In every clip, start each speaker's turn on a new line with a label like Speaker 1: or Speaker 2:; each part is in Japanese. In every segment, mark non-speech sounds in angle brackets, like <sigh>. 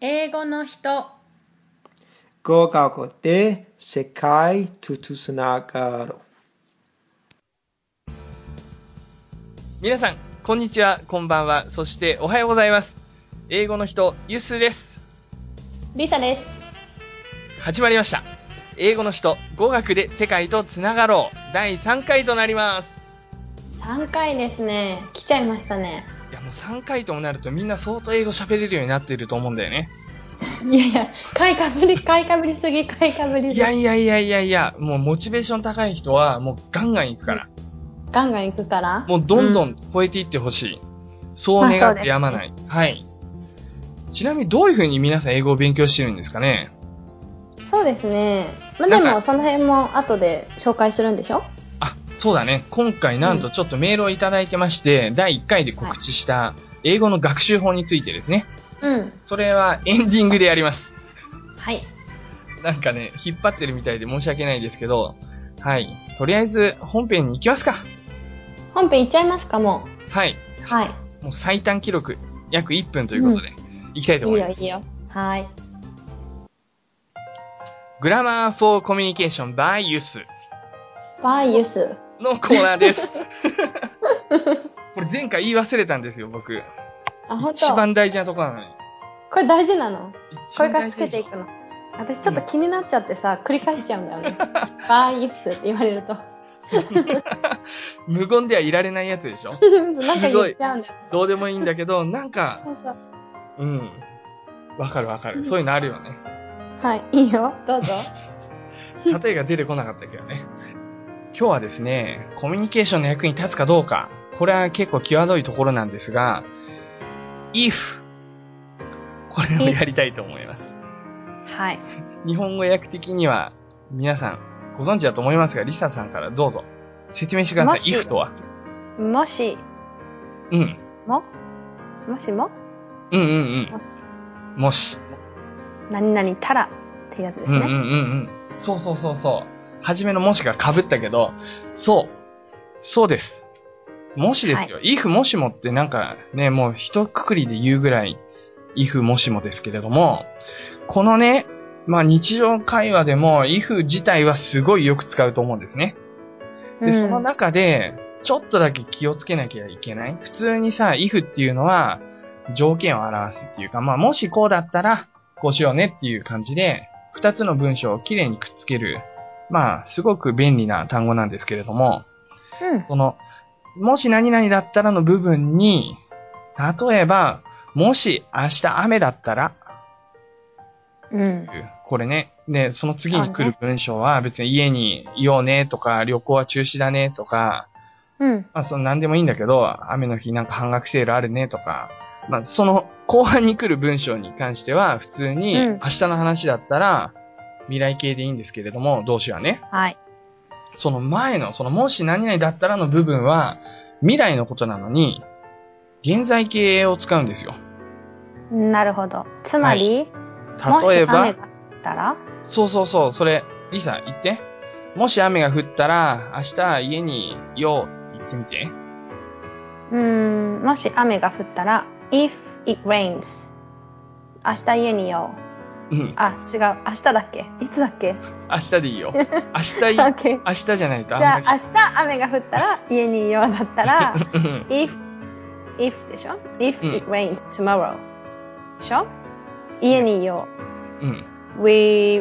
Speaker 1: 英語の人、
Speaker 2: 語学で世界とつながろう。
Speaker 3: 皆さん、こんにちは、こんばんは、そしておはようございます。英語の人、ゆっすーです。
Speaker 4: リサです。
Speaker 3: 始まりました。英語の人、語学で世界とつながろう。第3回となります。
Speaker 4: 3回ですね。来ちゃいましたね。
Speaker 3: いや、もう3回ともなるとみんな相当英語喋れるようになっていると思うんだよね。
Speaker 4: いやいや、買いかぶり、買いかぶりすぎ、買いかぶり
Speaker 3: い
Speaker 4: す
Speaker 3: や
Speaker 4: ぎ。
Speaker 3: いやいやいやいや、もうモチベーション高い人はもうガンガン行くから。
Speaker 4: ガンガン行くから。
Speaker 3: もうどんど
Speaker 4: ん。
Speaker 3: ん超えていってほしい。そう願ってやまない。はい。ちなみにどういうふうに皆さん英語を勉強してるんですかね
Speaker 4: そうですね。まあ
Speaker 3: な
Speaker 4: で
Speaker 3: んか
Speaker 4: も、その辺も後で紹介するんでしょ
Speaker 3: あ、そうだね。今回なんとちょっとメールをいただいてまして、第1回で告知した英語の学習法についてですね。
Speaker 4: うん。
Speaker 3: それはエンディングでやります。
Speaker 4: はい。
Speaker 3: なんかね、引っ張ってるみたいで申し訳ないですけど、はい。とりあえず本編に行きますか。
Speaker 4: 本編行っちゃいますか、も
Speaker 3: はい。
Speaker 4: う。はい。
Speaker 3: もう最短記録約1分ということで、行きたい
Speaker 4: いい
Speaker 3: と思い
Speaker 4: よ、い
Speaker 3: ます。
Speaker 4: いよ。はい。
Speaker 3: グラマー for Communication by ユース
Speaker 4: バイユス。
Speaker 3: のコーナー
Speaker 4: <laughs>
Speaker 3: です。これ前回言い忘れたんですよ、僕。
Speaker 4: あ、本
Speaker 3: 一
Speaker 4: 当。
Speaker 3: 番大事なところなのに。
Speaker 4: これ大事なの
Speaker 3: 一
Speaker 4: これ
Speaker 3: 番大
Speaker 4: からつ
Speaker 3: 事な
Speaker 4: けていくの。私ちょっと気になっちゃってさ、繰り返しちゃうんだよ <laughs> ね。バイユスって言われると。
Speaker 3: 無言ではいられないやつでしょ
Speaker 4: <laughs> なんか言っちゃうんだよ。
Speaker 3: どうでもいいんだけど、なんか、
Speaker 4: そうそう。
Speaker 3: うん。わかるわかる。そういうのあるよね。
Speaker 4: はい、いいよ。どうぞ。
Speaker 3: 例えが出てこなかったけどね。今日はですね、コミュニケーションの役に立つかどうか、これは結構際どいところなんですが、if これをやりたいと思います。
Speaker 4: <laughs> はい。
Speaker 3: 日本語訳的には、皆さんご存知だと思いますが、リサさんからどうぞ説明してください。
Speaker 4: もし
Speaker 3: if とは。
Speaker 4: もし
Speaker 3: うん。
Speaker 4: ももしも
Speaker 3: うんうん
Speaker 4: もし
Speaker 3: うん。もし。
Speaker 4: 何々たらっていうやつで
Speaker 3: うんうんうんうん。そうそうそうそう。初めのもしが被ったけど、そう。そうです。もしですよ。if もしもってなんかね、もう一括りで言うぐらい、if もしもですけれども、このね、まあ日常会話でも if 自体はすごいよく使うと思うんですね。
Speaker 4: う
Speaker 3: で、
Speaker 4: ん
Speaker 3: その中で、ちょっとだけ気をつけなきゃいけない。普通にさ、if っていうのは、条件を表すっていうか、まあ、もしこうだったら、こうしようねっていう感じで、二つの文章をきれいにくっつける、まあ、すごく便利な単語なんですけれども、
Speaker 4: うん。
Speaker 3: その、もし何々だったらの部分に、例えば、もし明日雨だったら、
Speaker 4: うん。
Speaker 3: これね。で、その次に来る文章は別に家にいようねとか、旅行は中止だねとか、
Speaker 4: うん。
Speaker 3: まあ、その何でもいいんだけど、雨の日なんか半額セールあるねとか、まあ、その後半に来る文章に関しては、普通に、
Speaker 4: うん
Speaker 3: 明日の話だったら、未来形でいいんですけれども、動詞はね。
Speaker 4: はい。
Speaker 3: その前の、そのもし何々だったらの部分は、未来のことなのに、現在形を使うんですよ。
Speaker 4: なるほど。つまり、もし
Speaker 3: 例え
Speaker 4: 雨
Speaker 3: ば
Speaker 4: が降、ったら、
Speaker 3: そうそうそう、それ、リサ、言って。もし雨が降ったら、明日家にいようって言ってみて。
Speaker 4: うーん、もし雨が降ったら、if it rains。明日家にいよう。
Speaker 3: うん。
Speaker 4: あ、違う。明日だっけいつだっけ
Speaker 3: 明日でいいよ。明
Speaker 4: <laughs>
Speaker 3: 日い、
Speaker 4: だっけ
Speaker 3: 明日じゃないと
Speaker 4: じゃあ、
Speaker 3: 雨が
Speaker 4: 明日雨が降ったら、家にいようだっ
Speaker 3: <laughs>
Speaker 4: たら、
Speaker 3: うん。
Speaker 4: if, if でしょ ?if
Speaker 3: うん
Speaker 4: it rains tomorrow. でしょ家にいよ
Speaker 3: うん。
Speaker 4: う。we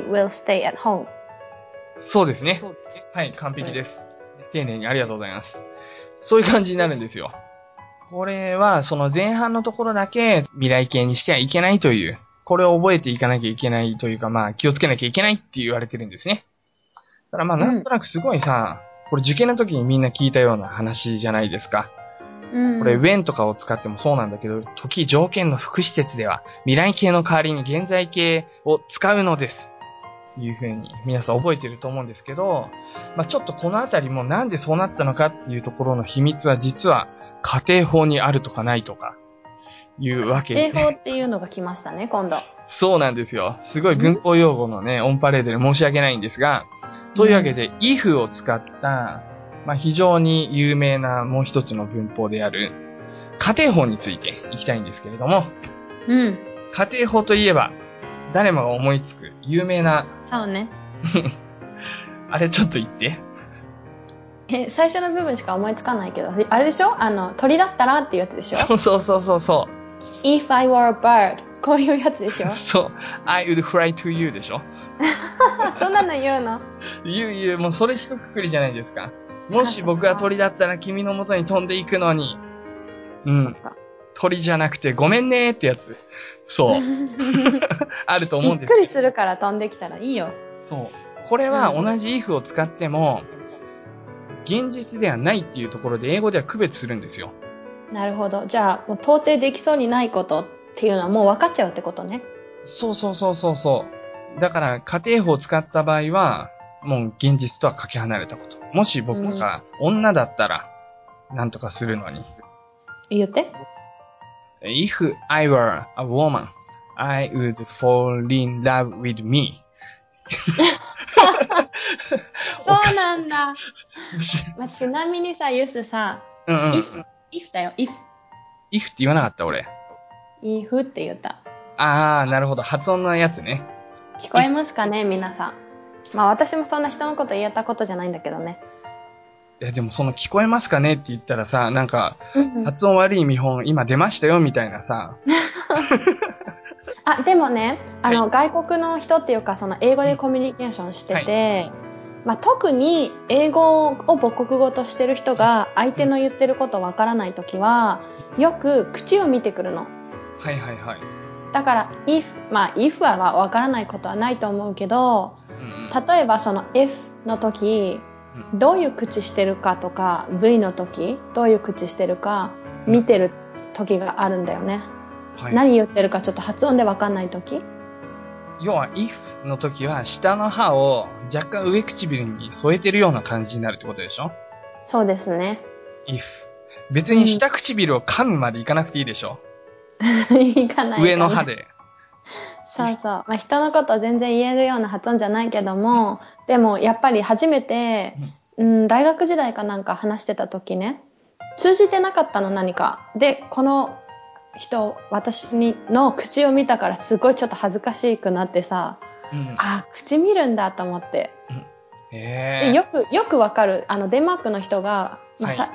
Speaker 4: will stay at home.
Speaker 3: そうですね。はい、完璧です。丁寧にありがとうございます。そういう感じになるんですよ。これは、その前半のところだけ未来形にしてはいけないという、これを覚えていかなきゃいけないというか、まあ気をつけなきゃいけないって言われてるんですね。だからまあ
Speaker 4: うん
Speaker 3: なんとなくすごいさ、これ受験の時にみんな聞いたような話じゃないですか。これ、when とかを使ってもそうなんだけど、時条件の副施設では、未来形の代わりに現在形を使うのです。いうふうに、皆さん覚えてると思うんですけど、まあ、ちょっとこのあたりもなんでそうなったのかっていうところの秘密は実は、家庭法にあるとかないとか、いうわけ
Speaker 4: 警
Speaker 3: で。
Speaker 4: 報っていうのが来ましたね、今度。
Speaker 3: そうなんですよ。すごい文法用語のね、オンパレードで申し訳ないんですが、というわけで、if を使った、まあ、非常に有名なもう一つの文法である、家庭法についていきたいんですけれども、
Speaker 4: うん。
Speaker 3: 家庭法といえば、誰もが思いつく有名な、
Speaker 4: そうね。
Speaker 3: あれちょっと言って。
Speaker 4: え、最初の部分しか思いつかないけど、あれでしょあの、鳥だったらっていうやつでしょ
Speaker 3: そうそうそうそうそ
Speaker 4: ?If I were a bird. こういうやつ
Speaker 3: <laughs>
Speaker 4: でしょ
Speaker 3: う。そう。I would fly to you でしょ。
Speaker 4: あそんなの言うの。
Speaker 3: ゆうゆう、もうそれ一括りじゃないですか。もし僕が鳥だったら君の元に飛んでいくのに。う
Speaker 4: そっ
Speaker 3: ん。
Speaker 4: か。
Speaker 3: 鳥じゃなくてごめんねーってやつ。
Speaker 4: <laughs>
Speaker 3: そう。あると思
Speaker 4: び
Speaker 3: う
Speaker 4: っ
Speaker 3: んです
Speaker 4: くりするから飛んできたらいいよ。
Speaker 3: そう。これは同じ if を使っても、現実ではないっていうところで英語では区別するんですよ。
Speaker 4: なるほど。じゃあ、もう到底できそうにないことっていうのはもう分かっちゃうってことね。
Speaker 3: そうそうそうそうそう。だから、家庭法を使った場合は、もう現実とはかけ離れたこと。もし僕が女だったら、なんとかするのに。
Speaker 4: 言って。
Speaker 3: If I were a woman, I would fall in love with
Speaker 4: <laughs>
Speaker 3: me.
Speaker 4: そうなんだ。
Speaker 3: もし
Speaker 4: まあ、ちなみにさ、ユスさ、
Speaker 3: うんうん。
Speaker 4: if、if だよ、if。
Speaker 3: if って言わなかった俺。
Speaker 4: if って言った。
Speaker 3: あー、なるほど。発音のやつね。
Speaker 4: 聞こえますかね、皆さん。まあ私もそんな人のこと言えたことじゃないんだけどね。
Speaker 3: いや、でもその聞こえますかねって言ったらさ、なんか、
Speaker 4: うんうん
Speaker 3: 発音悪い見本今出ましたよみたいなさ。
Speaker 4: あ、でもね、あの、外国の人っていうか、その英語でコミュニケーションしてて、まあ特に英語を母国語としてる人が相手の言ってることわからないときは、よく口を見てくるの。
Speaker 3: はいはいはい。
Speaker 4: だから、if、まあ if はわからないことはないと思うけど、
Speaker 3: うんうん
Speaker 4: 例えばその F の時
Speaker 3: う
Speaker 4: どういう口してるかとか V の時どういう口してるか見てる時があるんだよね、
Speaker 3: はい
Speaker 4: 何言ってるかちょっと発音でわかんない時
Speaker 3: 要は if の時は下の歯を若干上唇に添えてるような感じになるってことでしょ
Speaker 4: そうですね <laughs>
Speaker 3: ?if。別に下唇を噛むまでいかなくていいでしょ、
Speaker 4: いかないかな
Speaker 3: 上の歯で。
Speaker 4: そうそう、まあ、人のこと全然言えるような発音じゃないけどもでもやっぱり初めて、うん、大学時代かなんか話してた時ね通じてなかったの何かでこの人私にの口を見たからすごいちょっと恥ずかしくなってさ
Speaker 3: うん。
Speaker 4: あ口見るんだと思って
Speaker 3: え
Speaker 4: で
Speaker 3: え
Speaker 4: よくよくわかるあのデンマークの人が、まあさ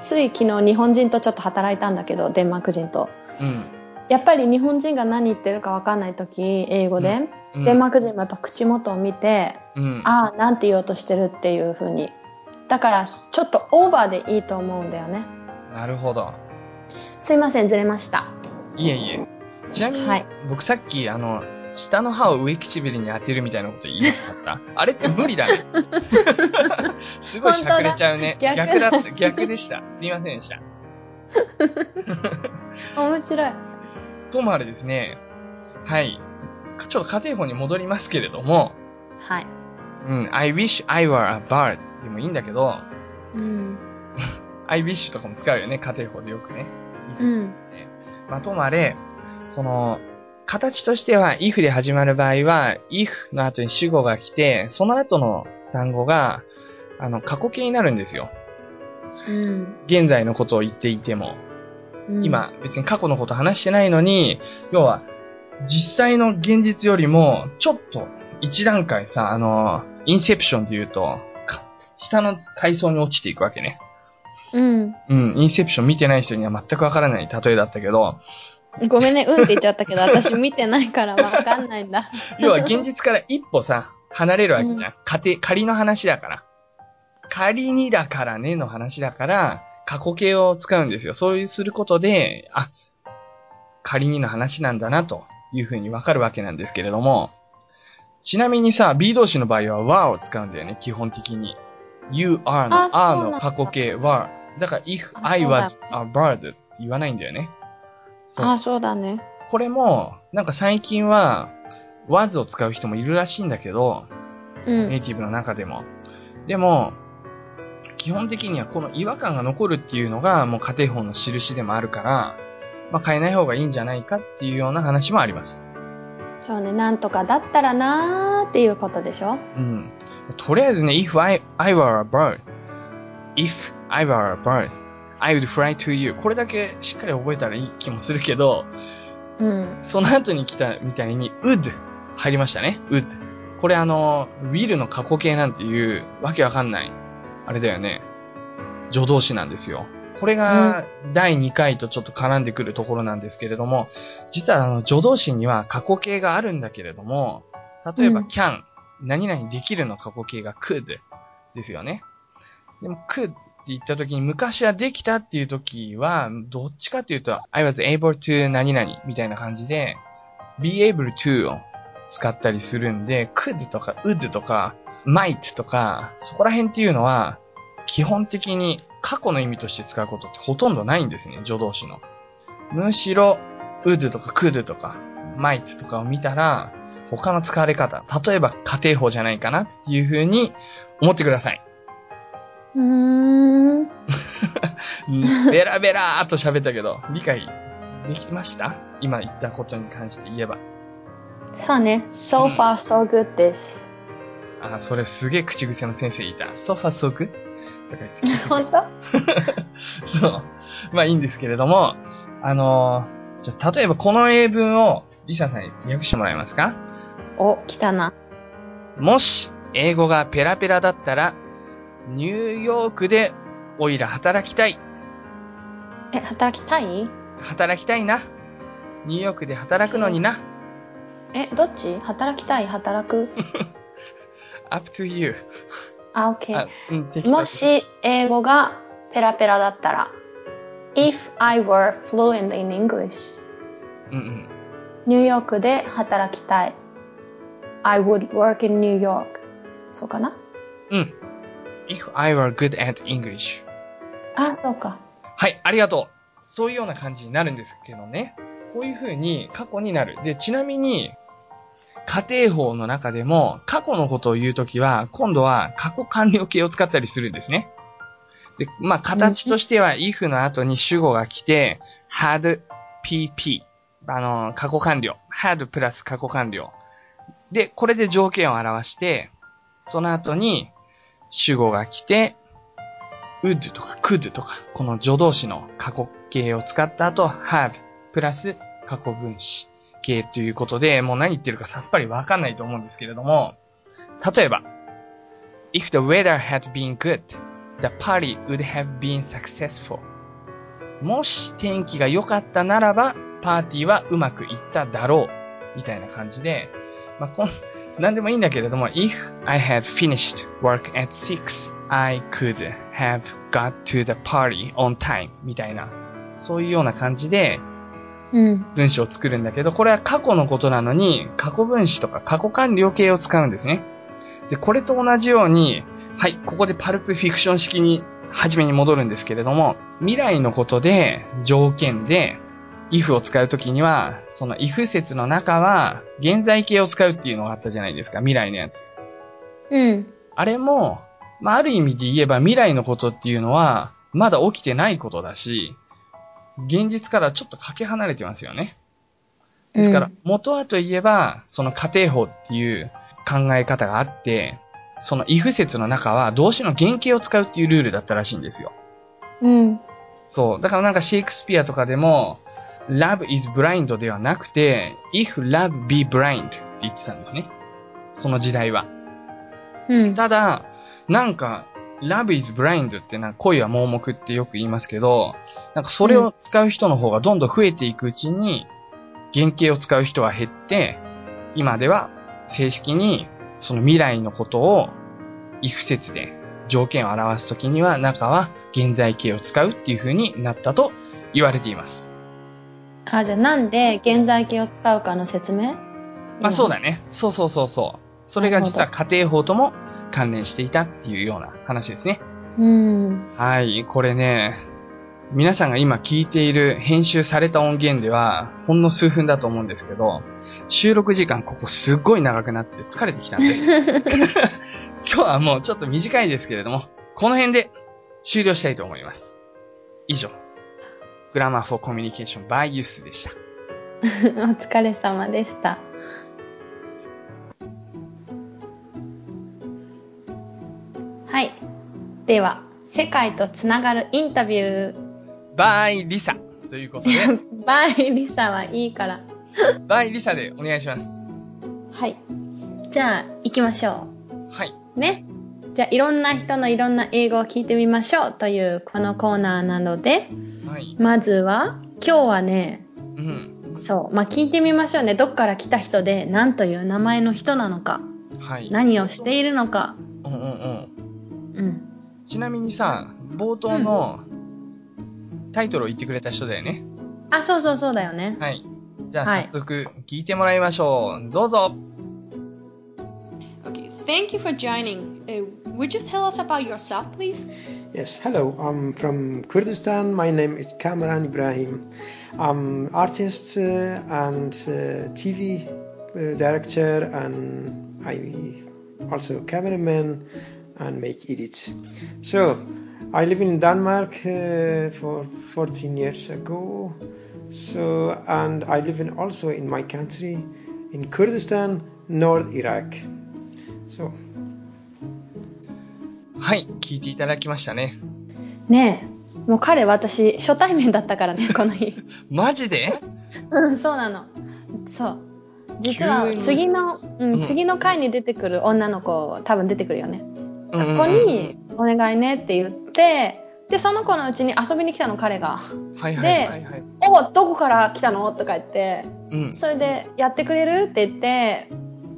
Speaker 4: つい昨日日本人とちょっと働いたんだけどデンマーク人と。
Speaker 3: うん。
Speaker 4: やっぱり日本人が何言ってるかわかんない時英語で、
Speaker 3: うん
Speaker 4: デンマーク人もやっぱ口元を見て、
Speaker 3: うん。
Speaker 4: ああなんて言おうとしてるっていう風にだからちょっとオーバーでいいと思うんだよね
Speaker 3: なるほど。
Speaker 4: すいませんずれました
Speaker 3: いえいえ。ちなみに、
Speaker 4: はい
Speaker 3: 僕さっき、あの、下の歯を上唇に当てるみたいなこと言いなかったあれって無理だ
Speaker 4: <laughs>
Speaker 3: ね。すごいしゃくれちゃうね。
Speaker 4: 本当だ
Speaker 3: 逆
Speaker 4: 逆
Speaker 3: だ
Speaker 4: だ
Speaker 3: った。逆でした。すいませんでした。
Speaker 4: 面白い
Speaker 3: ともあれですね。はい。ちょっと家庭法に戻りますけれども、
Speaker 4: はい、
Speaker 3: うん、I wish I were a bird でもいいんだけど、
Speaker 4: うん、
Speaker 3: I wish とかも使うよね、家庭法でよくね。
Speaker 4: うん
Speaker 3: まあ、ともあれ、その、形としては if で始まる場合は、if の後に主語が来て、その後の単語が、あの、過去形になるんですよ。
Speaker 4: うん
Speaker 3: 現在のことを言っていても。
Speaker 4: うん
Speaker 3: 今、別に過去のこと話してないのに、要は、実際の現実よりも、ちょっと、一段階さ、あの、インセプションで言うと、か下の階層に落ちていくわけね。
Speaker 4: うん
Speaker 3: うん、インセプション見てない人には全くわからない例えだったけど、
Speaker 4: ごめんねうんって言っちゃ <laughs> ったけど私見てないからわかんないんだ
Speaker 3: <laughs> 要は現実から一歩さ、離れるわけじゃん。仮定、仮の話だから。仮にだからねの話だから、過去形を使うんですよ。そういうすることで、あ、仮にの話なんだなというふうにわかるわけなんですけれども、ちなみにさ、B 動詞の場合は were を使うんだよね、基本的に。you are
Speaker 4: あそ
Speaker 3: の
Speaker 4: うな
Speaker 3: are
Speaker 4: ん
Speaker 3: の
Speaker 4: だ
Speaker 3: 過去形 were。だから if
Speaker 4: あ
Speaker 3: I
Speaker 4: そうだ
Speaker 3: was a bird って言わないんだよね。そう
Speaker 4: ああ <laughs> そうだね
Speaker 3: これも、なんか最近は、was を使う人もいるらしいんだけど、
Speaker 4: う
Speaker 3: ネイ
Speaker 4: ん
Speaker 3: ティブの中でも。でも、基本的にはこの違和感が残るっていうのが、もう家庭法の印でもあるから、まあ変えない方がいいんじゃないかっていうような話もあります。
Speaker 4: そうねなんとかだったらなーっていうことでしょ
Speaker 3: うん。とりあえずね、if I, I were a bird, if I were a bird, I would fly to you. これだけしっかり覚えたらいい気もするけど、
Speaker 4: うん。
Speaker 3: その後に来たみたいに、would 入りましたね。would。これあの、will の過去形なんていう、わけわかんない、あれだよね。助動詞なんですよ。これが第2回とちょっと絡んでくるところなんですけれども、実はあの助動詞には過去形があるんだけれども、例えば
Speaker 4: うん
Speaker 3: can、何々できるの過去形が could ですよね。でも could って言った時に昔はできたっていう時は、どっちかというと I was able to 何々みたいな感じで、be able to を使ったりするんで、could とか would とか might とか、そこら辺っていうのは、基本的に過去の意味として使うことってほとんどないんですね、助動詞の。むしろ、would とか could とか might とかを見たら、他の使われ方、例えば家庭法じゃないかなっていうふうに思ってください。
Speaker 4: うーん。
Speaker 3: うんベラベラーっと喋ったけど、理解できました今言ったことに関して言えば。
Speaker 4: そうね。so far so good です。
Speaker 3: あ、それすげえ口癖の先生いた。ソファソクとか言って聞いて <laughs> くれ
Speaker 4: 本当
Speaker 3: そう。まあいいんですけれども、あのーじゃあ例えばこの英文をリサさんに訳してもらえますか
Speaker 4: お、来たな。
Speaker 3: もし、英語がペラペラだったら、ニューヨークで、おいら働きたい。
Speaker 4: え、働きたい
Speaker 3: 働きたいな。ニューヨークで働くのにな。
Speaker 4: え、どっち働きたい
Speaker 3: <laughs>
Speaker 4: 働く
Speaker 3: up to you.
Speaker 4: あ、
Speaker 3: あ
Speaker 4: OK。、
Speaker 3: うん、適当
Speaker 4: も、し、英語がペラペラだったら。If I were fluent in English,
Speaker 3: うんうん。
Speaker 4: ニューヨークで働きたい。I would work in New York. そうかな
Speaker 3: うん。if I were good at English.
Speaker 4: あ、そうか。
Speaker 3: はい、ありがとう。そういうような感じになるんですけどね。こういう風に過去になる。で、ちなみに、家庭法の中でも、過去のことを言うときは、今度は過去完了形を使ったりするんですね。で、まあ、形としては、if の後に主語が来て、had, pp。あの、過去完了。had プラス過去完了。で、これで条件を表して、その後に主語が来て、would とか could とか、この助動詞の過去形を使った後、have プラス過去分詞形ということで、もう何言ってるかさっぱりわかんないと思うんですけれども、例えば、If the weather had been good, the party would have been successful. もし天気が良かったならば、パーティーはうまくいっただろう。みたいな感じで、まあ、こん、なんでもいいんだけれども、If I had finished work at 6, I could have got to the party on time. みたいな、そういうような感じで
Speaker 4: うん。
Speaker 3: 文章を作るんだけど、これは過去のことなのに、過去分詞とか過去完了形を使うんですね。で、これと同じように、はい、ここでパルプフィクション式に、初めに戻るんですけれども、未来のことで、条件で、if を使うときには、その if 説の中は、現在形を使うっていうのがあったじゃないですか、未来のやつ。
Speaker 4: うん。
Speaker 3: あれも、まあ、ある意味で言えば未来のことっていうのは、まだ起きてないことだし、現実からちょっとかけ離れてますよね。ですから、元はといえば、その仮定法っていう考え方があって、その if 説の中は動詞の原型を使うっていうルールだったらしいんですよ。
Speaker 4: うん。
Speaker 3: そう。だからなんかシェイクスピアとかでも、love is blind ではなくて、if love be blind って言ってたんですね。その時代は。
Speaker 4: うん。
Speaker 3: ただ、なんか、love is blind ってなんか恋は盲目ってよく言いますけど、なんかそれを使う人の方がどんどん増えていくうちに、原型を使う人は減って、今では正式にその未来のことを if 説で条件を表すときには中は現在形を使うっていう風になったと言われています。
Speaker 4: あ、じゃあなんで現在形を使うかの説明
Speaker 3: まあそう
Speaker 4: だ。
Speaker 3: だね。そうそうそうそう。それが実は家庭法とも関連していたっていうような話ですね。
Speaker 4: うん。
Speaker 3: はい、これね、皆さんが今聞いている編集された音源では、ほんの数分だと思うんですけど、収録時間ここすっごい長くなって疲れてきたんで、今日はもうちょっと短いですけれども、この辺で終了したいと思います。以上、グラマー for Communication by ユースでした。
Speaker 4: <laughs> お疲れ様でした。はい。では、世界とつながるインタビュー。
Speaker 3: バイリサということで、
Speaker 4: バイ、リサはいいから。
Speaker 3: バイリサでお願いします。
Speaker 4: はい。じゃあ、行きましょ
Speaker 3: はい。
Speaker 4: う。ね。じゃあ、いろんな人のいろんな英語を聞いてみましょうというこのコーナーなので、
Speaker 3: はい。
Speaker 4: まずは、今日はね、
Speaker 3: うん。
Speaker 4: そう。まあ、聞いてみましょうね。どっから来た人で、何という名前の人なのか、
Speaker 3: はい。
Speaker 4: 何をしているのか。
Speaker 3: うんうんうん。
Speaker 4: うん。
Speaker 3: ちなみにさ、冒頭のタイトルを言ってくれた人だよね。
Speaker 4: あ、そうそうそうだよね。
Speaker 3: はい。じゃあ
Speaker 4: はい
Speaker 3: 早速聞いてもらいましょう。どうぞ。
Speaker 1: Okay, thank you for joining. Uh, would you tell us about yourself, please?
Speaker 2: Yes, hello. I'm from Kurdistan. My name is Kamran Ibrahim. I'm artist uh, and uh, TV uh, director, and I also cameraman and make edits. So I live in Denmark uh, for 14 years ago. So and I live in also in my country, in Kurdistan, North Iraq. So
Speaker 3: はい。聞いていただきましたね。
Speaker 4: ねえ。もう彼、私、初対面だったからね、こ <laughs> の日。
Speaker 3: マジで
Speaker 4: うん、そうなの。そう。実は
Speaker 3: 急に
Speaker 4: 次の、うん
Speaker 3: うん
Speaker 4: 次の回に出てくる女の子、多分出てくるよね。
Speaker 3: こ
Speaker 4: ここに、お願いねって言って、で、その子のうちに遊びに来たの、彼が。
Speaker 3: はいはいはいはい。
Speaker 4: おどこから来たのとか言って、
Speaker 3: うん。
Speaker 4: それで、やってくれるって言って、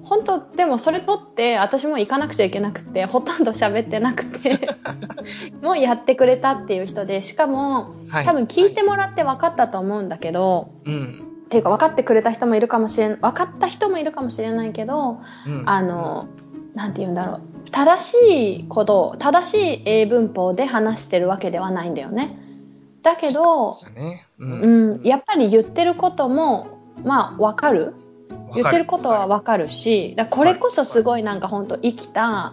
Speaker 4: 本当でもそれ取って、私も行かなくちゃいけなくて、ほとんど喋ってな
Speaker 3: <laughs>
Speaker 4: くて、もうやってくれたっていう人で、しかも、
Speaker 3: はい。
Speaker 4: 多分聞いてもらって分かったと思うんだけど、
Speaker 3: うん。
Speaker 4: っていうか分かってくれた人もいるかもしれん分かった人もいるかもしれないけど
Speaker 3: うん。
Speaker 4: あのなんて言うんだろう正しいことを正しい英文法で話してるわけではないんだよね。だけど、
Speaker 3: そうだね。う。
Speaker 4: うんん、やっぱり言ってることもまあ分かる
Speaker 3: わか
Speaker 4: 言ってることは分かるしだからこれこそすごいなんか本当生きた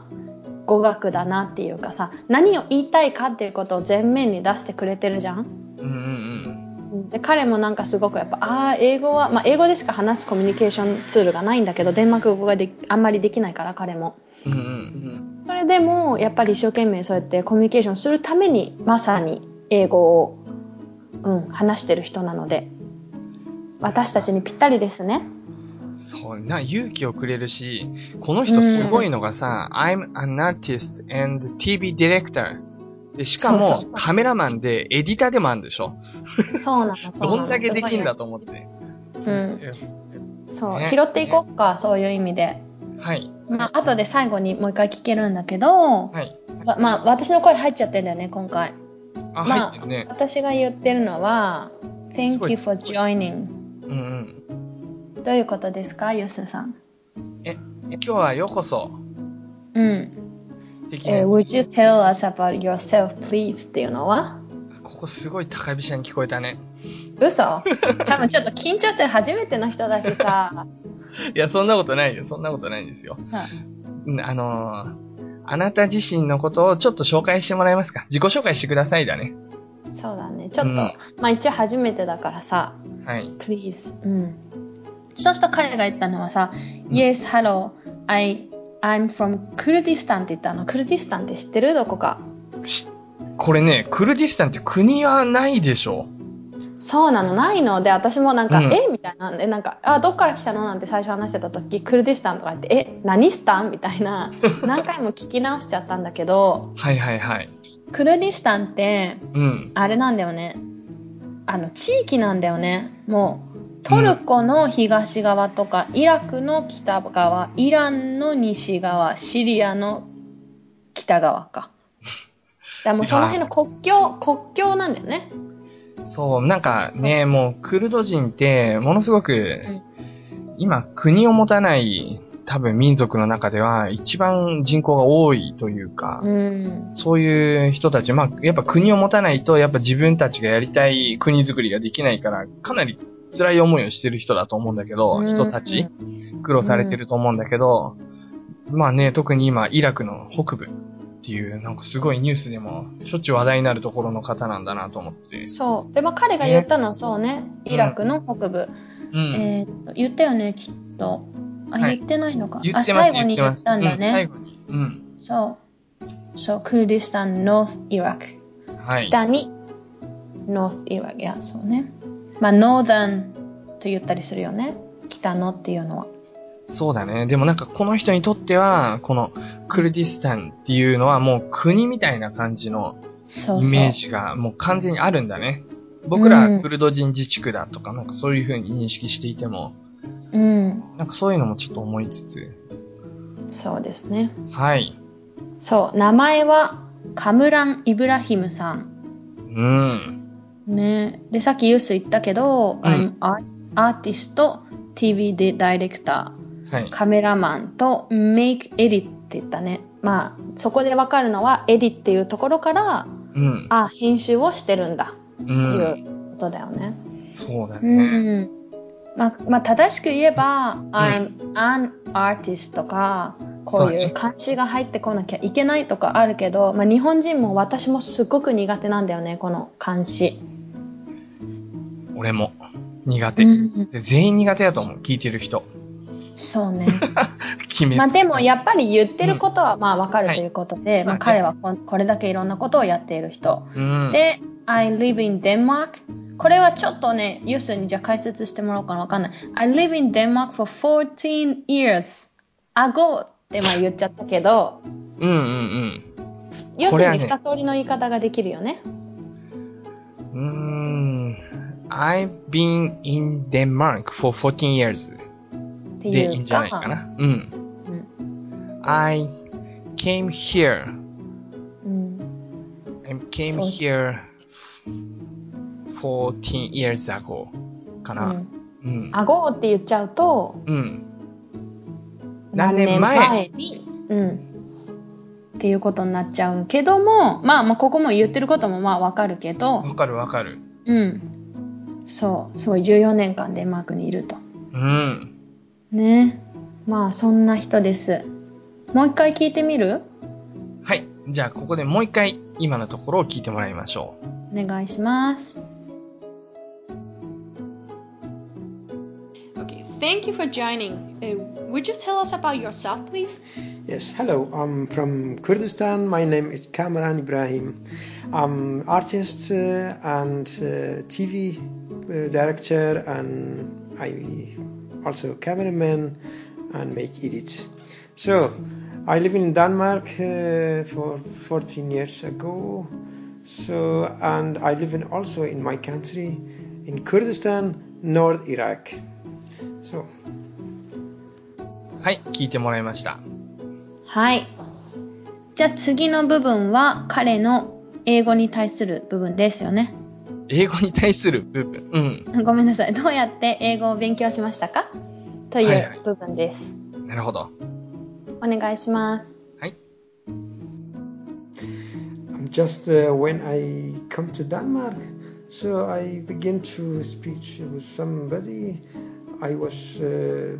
Speaker 4: 語学だなっていうかさ何を言いたいかっていうことを前面に出してくれてるじゃん。
Speaker 3: うんうん
Speaker 4: で彼もなんかすごくやっぱああ英語は、まあ、英語でしか話すコミュニケーションツールがないんだけどデンマーク語がであんまりできないから彼も
Speaker 3: うん。うんうん
Speaker 4: それでもやっぱり一生懸命そうやってコミュニケーションするためにまさに英語を、うん、話してる人なので私たちにぴったりですね
Speaker 3: うん。そうな、勇気をくれるし、この人すごいのがさ、I'm an artist and TV director。で、しかも
Speaker 4: そうそうそう
Speaker 3: カメラマンでエディターでもあるんでしょ
Speaker 4: <laughs> そうなのそうなの
Speaker 3: どんだけできんだ
Speaker 4: す
Speaker 3: と思って。
Speaker 4: ごいようんそう、
Speaker 3: ね
Speaker 4: 拾っていこうかそういう意味で、
Speaker 3: はい。
Speaker 4: まあ後で最後にもう一回聞けるんだけど、
Speaker 3: はい。
Speaker 4: ままあ私の声入っちゃってんだよね今回
Speaker 3: あ、
Speaker 4: ま
Speaker 3: 入
Speaker 4: あ
Speaker 3: ってるね。
Speaker 4: 私が言ってるのは
Speaker 3: すご
Speaker 4: Thank
Speaker 3: い
Speaker 4: you for joining
Speaker 3: うんうん。
Speaker 4: どういうことですかユスさん
Speaker 3: 今日はようこそ、
Speaker 4: うん、
Speaker 3: 的な
Speaker 4: えー
Speaker 3: やつ
Speaker 4: Would you tell us about yourself please っていうのは
Speaker 3: ここすごい高飛車に聞こえたね。 <laughs>
Speaker 4: 嘘多分ちょっと緊張してる初めての人だしさ
Speaker 3: いや、そんなことないよ。そんなことないんですよ。
Speaker 4: さ
Speaker 3: うんあのーあなた自身のことをちょっと紹介してもらえますか自己紹介してくださいだね。
Speaker 4: そうだねちょっと、
Speaker 3: うん
Speaker 4: まあ一応初めてだからさ
Speaker 3: はい。
Speaker 4: please うんそうすると彼が言ったのはさ、Yes, hello, I, I'm from Kurdistan って言ったの。クルディスタンって知ってるどこか。
Speaker 3: これね、クルディスタンって国はないでしょ
Speaker 4: そうなのないので私もなんか「
Speaker 3: うん
Speaker 4: えみたいなでなんか「あどっから来たの?」なんて最初話してた時クルディスタンとか言って「え何スタン?」みたい <laughs> な何回も聞き直しちゃったんだけど
Speaker 3: はいはいはい。
Speaker 4: クルディスタンって
Speaker 3: うん。
Speaker 4: あれなんだよねあの地域なんだよねもうトルコの東側とか、イラクの北側イランの西側シリアの北側か。だか
Speaker 3: <laughs>
Speaker 4: らもうその辺の国境国境なんだよね。
Speaker 3: そう、なんか
Speaker 4: そうそう
Speaker 3: ね、
Speaker 4: そう
Speaker 3: もうクルド人って、ものすごく、今国を持たない多分民族の中では一番人口が多いというか、
Speaker 4: うん。
Speaker 3: そういう人たち、まあ、やっぱ国を持たないと、やっぱ自分たちがやりたい国づくりができないから、かなり辛い思いをしてる人だと思うんだけど、
Speaker 4: うん
Speaker 3: 人たち、苦労されてると思うんだけど、まあね、特に今、イラクの北部っていう、なんかすごいニュースでも、しょっちゅう話題になるところの方なんだなと思って。
Speaker 4: そう。で、まあ、彼が言ったのはそうね。イラクの北部。
Speaker 3: うん。
Speaker 4: えーっと、言ったよね、きっと。あ、
Speaker 3: はい
Speaker 4: 言ってないのか。
Speaker 3: 言
Speaker 4: あ、
Speaker 3: ってます、
Speaker 4: 最後
Speaker 3: 言っ
Speaker 4: に
Speaker 3: て
Speaker 4: 言
Speaker 3: ま
Speaker 4: っ
Speaker 3: す。
Speaker 4: たんだ
Speaker 3: うん、最
Speaker 4: ね。
Speaker 3: 後に。うん。
Speaker 4: そう。そう、クルディスタン、ノース、イラク。
Speaker 3: はい。
Speaker 4: 北に、ノース、イラク。いや、そうね。まあ、ノーザン、と言ったりするよね。来たのっていうのは。
Speaker 3: そうだね。でもなんかこの人にとっては、このクルディスタンっていうのはもう国みたいな感じの
Speaker 4: そう
Speaker 3: イ
Speaker 4: そ
Speaker 3: メー
Speaker 4: う。
Speaker 3: ジがもう完全にあるんだね。僕ら
Speaker 4: うん
Speaker 3: クルド人自治区だとか、なんかそういう風に認識していても、
Speaker 4: うん。
Speaker 3: なんかそういうのもちょっと思いつつ。
Speaker 4: そうですね。
Speaker 3: はい。
Speaker 4: そう。名前はカムラン・イブラヒムさん。
Speaker 3: うん。
Speaker 4: ね。で、さっきユース言ったけど、
Speaker 3: うん
Speaker 4: あアーティスト、TV でダイレクター。
Speaker 3: はい。
Speaker 4: カメラマンとメイクエディって言ったね。まあ、そこでわかるのはエディっていうところから、
Speaker 3: うん。
Speaker 4: あ、編集をしてるんだ
Speaker 3: う
Speaker 4: ってい
Speaker 3: ん。
Speaker 4: うことだよね。
Speaker 3: そうだ
Speaker 4: う
Speaker 3: ね。
Speaker 4: ん。まあ、まあ、正しく言えば、
Speaker 3: ん
Speaker 4: I'm an artist とか、こう
Speaker 3: そう
Speaker 4: い
Speaker 3: ね
Speaker 4: う漢字が入ってこなきゃいけないとかあるけど、まあ、日本人も私もすごく苦手なんだよね、この漢字。
Speaker 3: 俺も苦手。
Speaker 4: うん
Speaker 3: で全員苦手だと思う。聞いてる人。
Speaker 4: そう
Speaker 3: <laughs>
Speaker 4: ね。
Speaker 3: 決めつ
Speaker 4: まあでもやっぱり言ってることはまあわか
Speaker 3: は
Speaker 4: る
Speaker 3: い
Speaker 4: ということで、ま
Speaker 3: そう
Speaker 4: あ
Speaker 3: ね
Speaker 4: 彼はここれだけいろんなことをやっている人。
Speaker 3: うん。
Speaker 4: で、I live in Denmark。これはちょっとね、ユースにじゃあ解説してもらおうかなわかんない。I live in Denmark for 14 years. 顎ってまあ言っちゃったけど、
Speaker 3: うんうん
Speaker 4: ユー
Speaker 3: これは
Speaker 4: ス
Speaker 3: ね
Speaker 4: に二通りの言い方ができるよね。
Speaker 3: うん。うーん。I've been in Denmark for 14 years.
Speaker 4: って
Speaker 3: でい
Speaker 4: い
Speaker 3: いん
Speaker 4: う
Speaker 3: じゃないか
Speaker 4: か。
Speaker 3: な。うん。I came here.
Speaker 4: うん、
Speaker 3: I came
Speaker 4: そう
Speaker 3: here 14 years ago. か
Speaker 4: う
Speaker 3: な。
Speaker 4: ん。
Speaker 3: うん。
Speaker 4: 顎って言っちゃうと、
Speaker 3: うん。何
Speaker 4: 何
Speaker 3: 年
Speaker 4: 年
Speaker 3: 前
Speaker 4: 前に、うん、っていうことになっちゃうけども、まあまあここも言ってることもまあわかるけど、
Speaker 3: わかるわかる。
Speaker 4: うん。そう、すごい14年間デンマークにいると。
Speaker 3: うん。
Speaker 4: ねまあそんな人ですもう一回聞いてみる
Speaker 3: はい。じゃあ、ここでもう一回、今のところを聞いてもらいましょう。
Speaker 4: お願いします。
Speaker 1: Okay, thank you for joining. Uh, would you tell us about yourself, please?
Speaker 2: Yes, hello. I'm from Kurdistan. My name is Kamran Ibrahim. I'm artist uh, and uh, TV uh, director, and I also cameraman and make edits. So, I live in Denmark uh, for 14 years ago. So, and I live in also in my country, in Kurdistan, North Iraq. So.
Speaker 3: はい。聞いてもらいました。
Speaker 4: はい。じゃあ次の部分は彼の英語に対する部分ですよね。
Speaker 3: 英語に対する部分。うん。
Speaker 4: ごめんなさい。どうやって英語を勉強しましたかとい
Speaker 3: はいはいう
Speaker 4: 部分です。
Speaker 3: なるほど。
Speaker 4: お願いします。
Speaker 3: はい。
Speaker 2: Um, just uh, when I come to Denmark, so I begin to speak with somebody. I was uh, uh,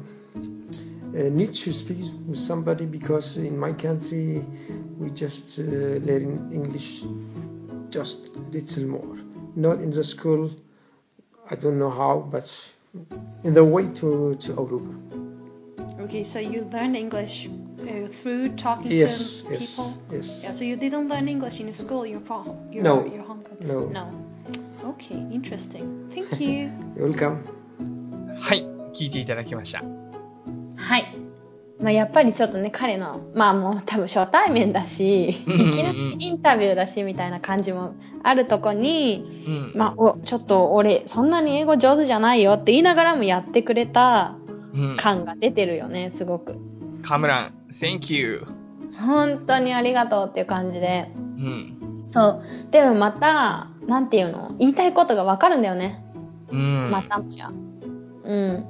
Speaker 2: need to speak with somebody because in my country we just uh, learn English just little more, not in the school. I don't know how, but in the way to to Europa.
Speaker 1: Okay, so you learned English uh, through talking
Speaker 2: Yes,
Speaker 1: to
Speaker 2: yes,
Speaker 1: people.
Speaker 2: yes.
Speaker 1: Yeah, so you didn't learn English in school, your fa- your,
Speaker 2: No.
Speaker 1: your home country.
Speaker 2: No.
Speaker 1: Okay, interesting.
Speaker 2: <laughs>
Speaker 1: Thank you.
Speaker 2: Welcome.
Speaker 3: はい。聞いていただきました。
Speaker 4: はい。まあ、やっぱりちょっとね、彼の、まあもう多分初対面だし、い
Speaker 3: うんうんうん
Speaker 4: きなりインタビューだし、みたいな感じもあるとこに、
Speaker 3: うん。
Speaker 4: まあ、おちょっと俺そんなに英語上手じゃないよって言いながらもやってくれた
Speaker 3: うん。
Speaker 4: 感が出てるよねすごく
Speaker 3: カムラン、Thank you!
Speaker 4: 本当にありがとうっていう感じで
Speaker 3: うん。
Speaker 4: そうでもまたなんていうの言いたいことがわかるんだよね
Speaker 3: うん。
Speaker 4: またもやうん、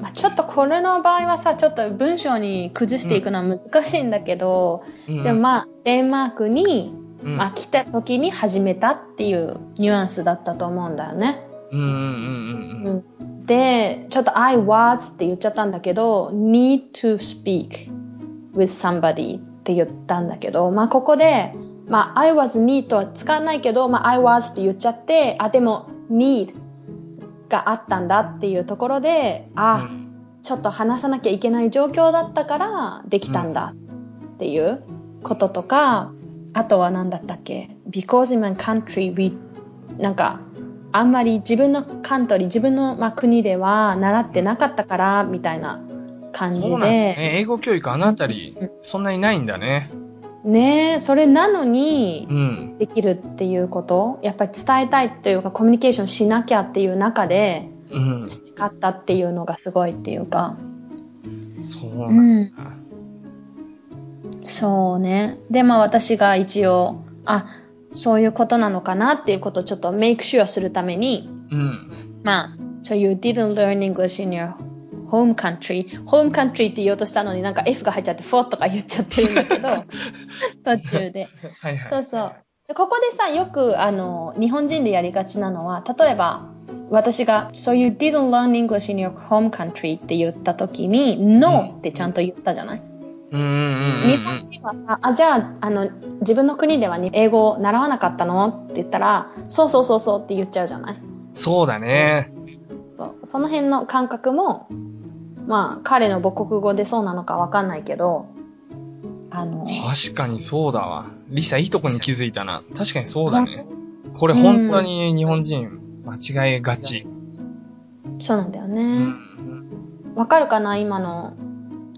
Speaker 4: まあ、ちょっとこれの場合はさちょっと文章に崩していくのは難しいんだけど、
Speaker 3: うん、
Speaker 4: でもまあデンマークに、
Speaker 3: うん、
Speaker 4: まあ、来た時に始めたっていうニュアンスだったと思うんだよね、
Speaker 3: うんうんうんうん。
Speaker 4: うんで、ちょっと I was って言っちゃったんだけど、need to speak with somebody って言ったんだけど、まあここで、まあ I was need とは使わないけど、まあ I was って言っちゃって、あ、でも need があったんだっていうところで、
Speaker 3: う
Speaker 4: あ、
Speaker 3: ん
Speaker 4: ちょっと話さなきゃいけない状況だったからできたんだっていうこととか、あとは何だったっけ Because in my country we なんかあんまり自分のカントリー自分の、まあ、国では習ってなかったからみたいな感じ
Speaker 3: そう
Speaker 4: で
Speaker 3: なんだね。英語教育あのあたり、そんなにないんだね。
Speaker 4: ねえそれなのに
Speaker 3: うん。
Speaker 4: できるっていうことやっぱり伝えたいというかコミュニケーションしなきゃっていう中で
Speaker 3: うん。
Speaker 4: 培ったっていうのがすごいっていうか
Speaker 3: そう
Speaker 4: う
Speaker 3: なん
Speaker 4: ん
Speaker 3: だ。
Speaker 4: そうねでまあ私が一応あそういうことなのかなっていうことをちょっとメイクシュアするために
Speaker 3: うん。
Speaker 4: まあ、so you didn't learn English in your home country. home country って言おうとしたのになんか F が入っちゃって for とか言っちゃってるんだけど、途中で。
Speaker 3: はいはい。
Speaker 4: そうそう。でここでさ、よくあの、日本人でやりがちなのは、例えば、私が、so you didn't learn English in your home country って言った時に、no ってちゃんと言ったじゃない、
Speaker 3: うんうんうんうん。
Speaker 4: 日本人はさ、あ、じゃあ、あの、自分の国ではに英語を習わなかったのって言ったら、そうそうそうそうって言っちゃうじゃない
Speaker 3: そうだね。
Speaker 4: そうその辺の感覚もまあ彼の母国語でそうなのかわかんないけどあの
Speaker 3: 確かにそうだわ。リサ、いいとこに気づいたな。確かにそうだね。これ本当に日本人間違えがち。
Speaker 4: そうなんだよ
Speaker 3: う
Speaker 4: ね
Speaker 3: ん。
Speaker 4: わかるかな今の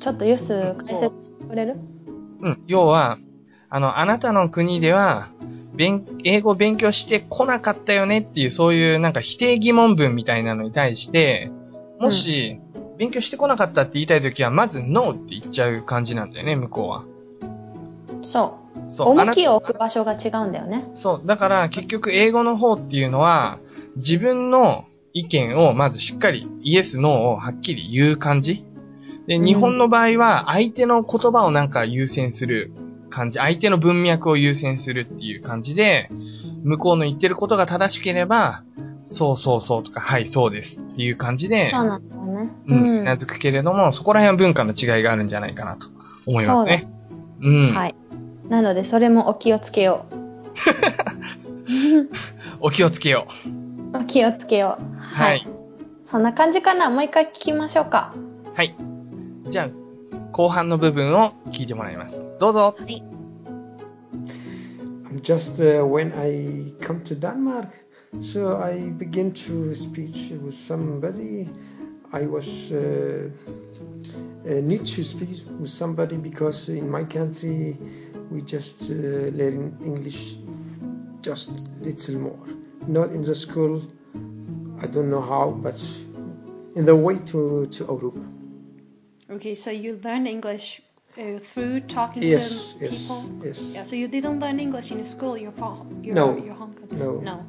Speaker 4: ちょっとユス解説してくれる
Speaker 3: うん。要は、あの、あなたの国では、勉英語勉強してこなかったよねっていう、そういうなんか否定疑問文みたいなのに対して、もし、勉強してこなかったって言いたいときは、まず NO って言っちゃう感じなんだよね、向こうは。
Speaker 4: そう
Speaker 3: そう。あ
Speaker 4: 重
Speaker 3: な
Speaker 4: きを置く場所が違うんだよね
Speaker 3: そう。だから結局英語の方っていうのは、自分の意見をまずしっかりイエス、ノーをはっきり言う感じ。で、
Speaker 4: うん
Speaker 3: 日本の場合は相手の言葉をなんか優先する感じ。相手の文脈を優先するっていう感じで、向こうの言ってることが正しければ、そうそうそうとか、はい、そうですっていう感じで、
Speaker 4: そうなんだよね
Speaker 3: うん、うなずくけれども、そこら辺は文化の違いがあるんじゃないかなと思いますね。うん。
Speaker 4: はいなのでそれもお気をつけよう
Speaker 3: お気をつけよ
Speaker 4: お気をつけよう
Speaker 3: う。はい。
Speaker 4: そんな感じかなもう一回聞きましょうか
Speaker 3: はい。じゃあ、後半の部分を聞いてもらいます。どうぞ。
Speaker 2: I'm just uh, when I come to Denmark, so I begin to speak with somebody. I was uh, uh, need to speak with somebody because in my country we just uh, learn English just little more, not in the school. I don't know how, but in the way to to Europa.
Speaker 1: Okay, so you learn English uh, through talking
Speaker 2: Yes,
Speaker 1: to
Speaker 2: yes,
Speaker 1: people.
Speaker 2: yes.
Speaker 1: Yeah, so you didn't learn English in school, your fa- your,
Speaker 2: No.
Speaker 1: your home country.
Speaker 2: No.
Speaker 1: No.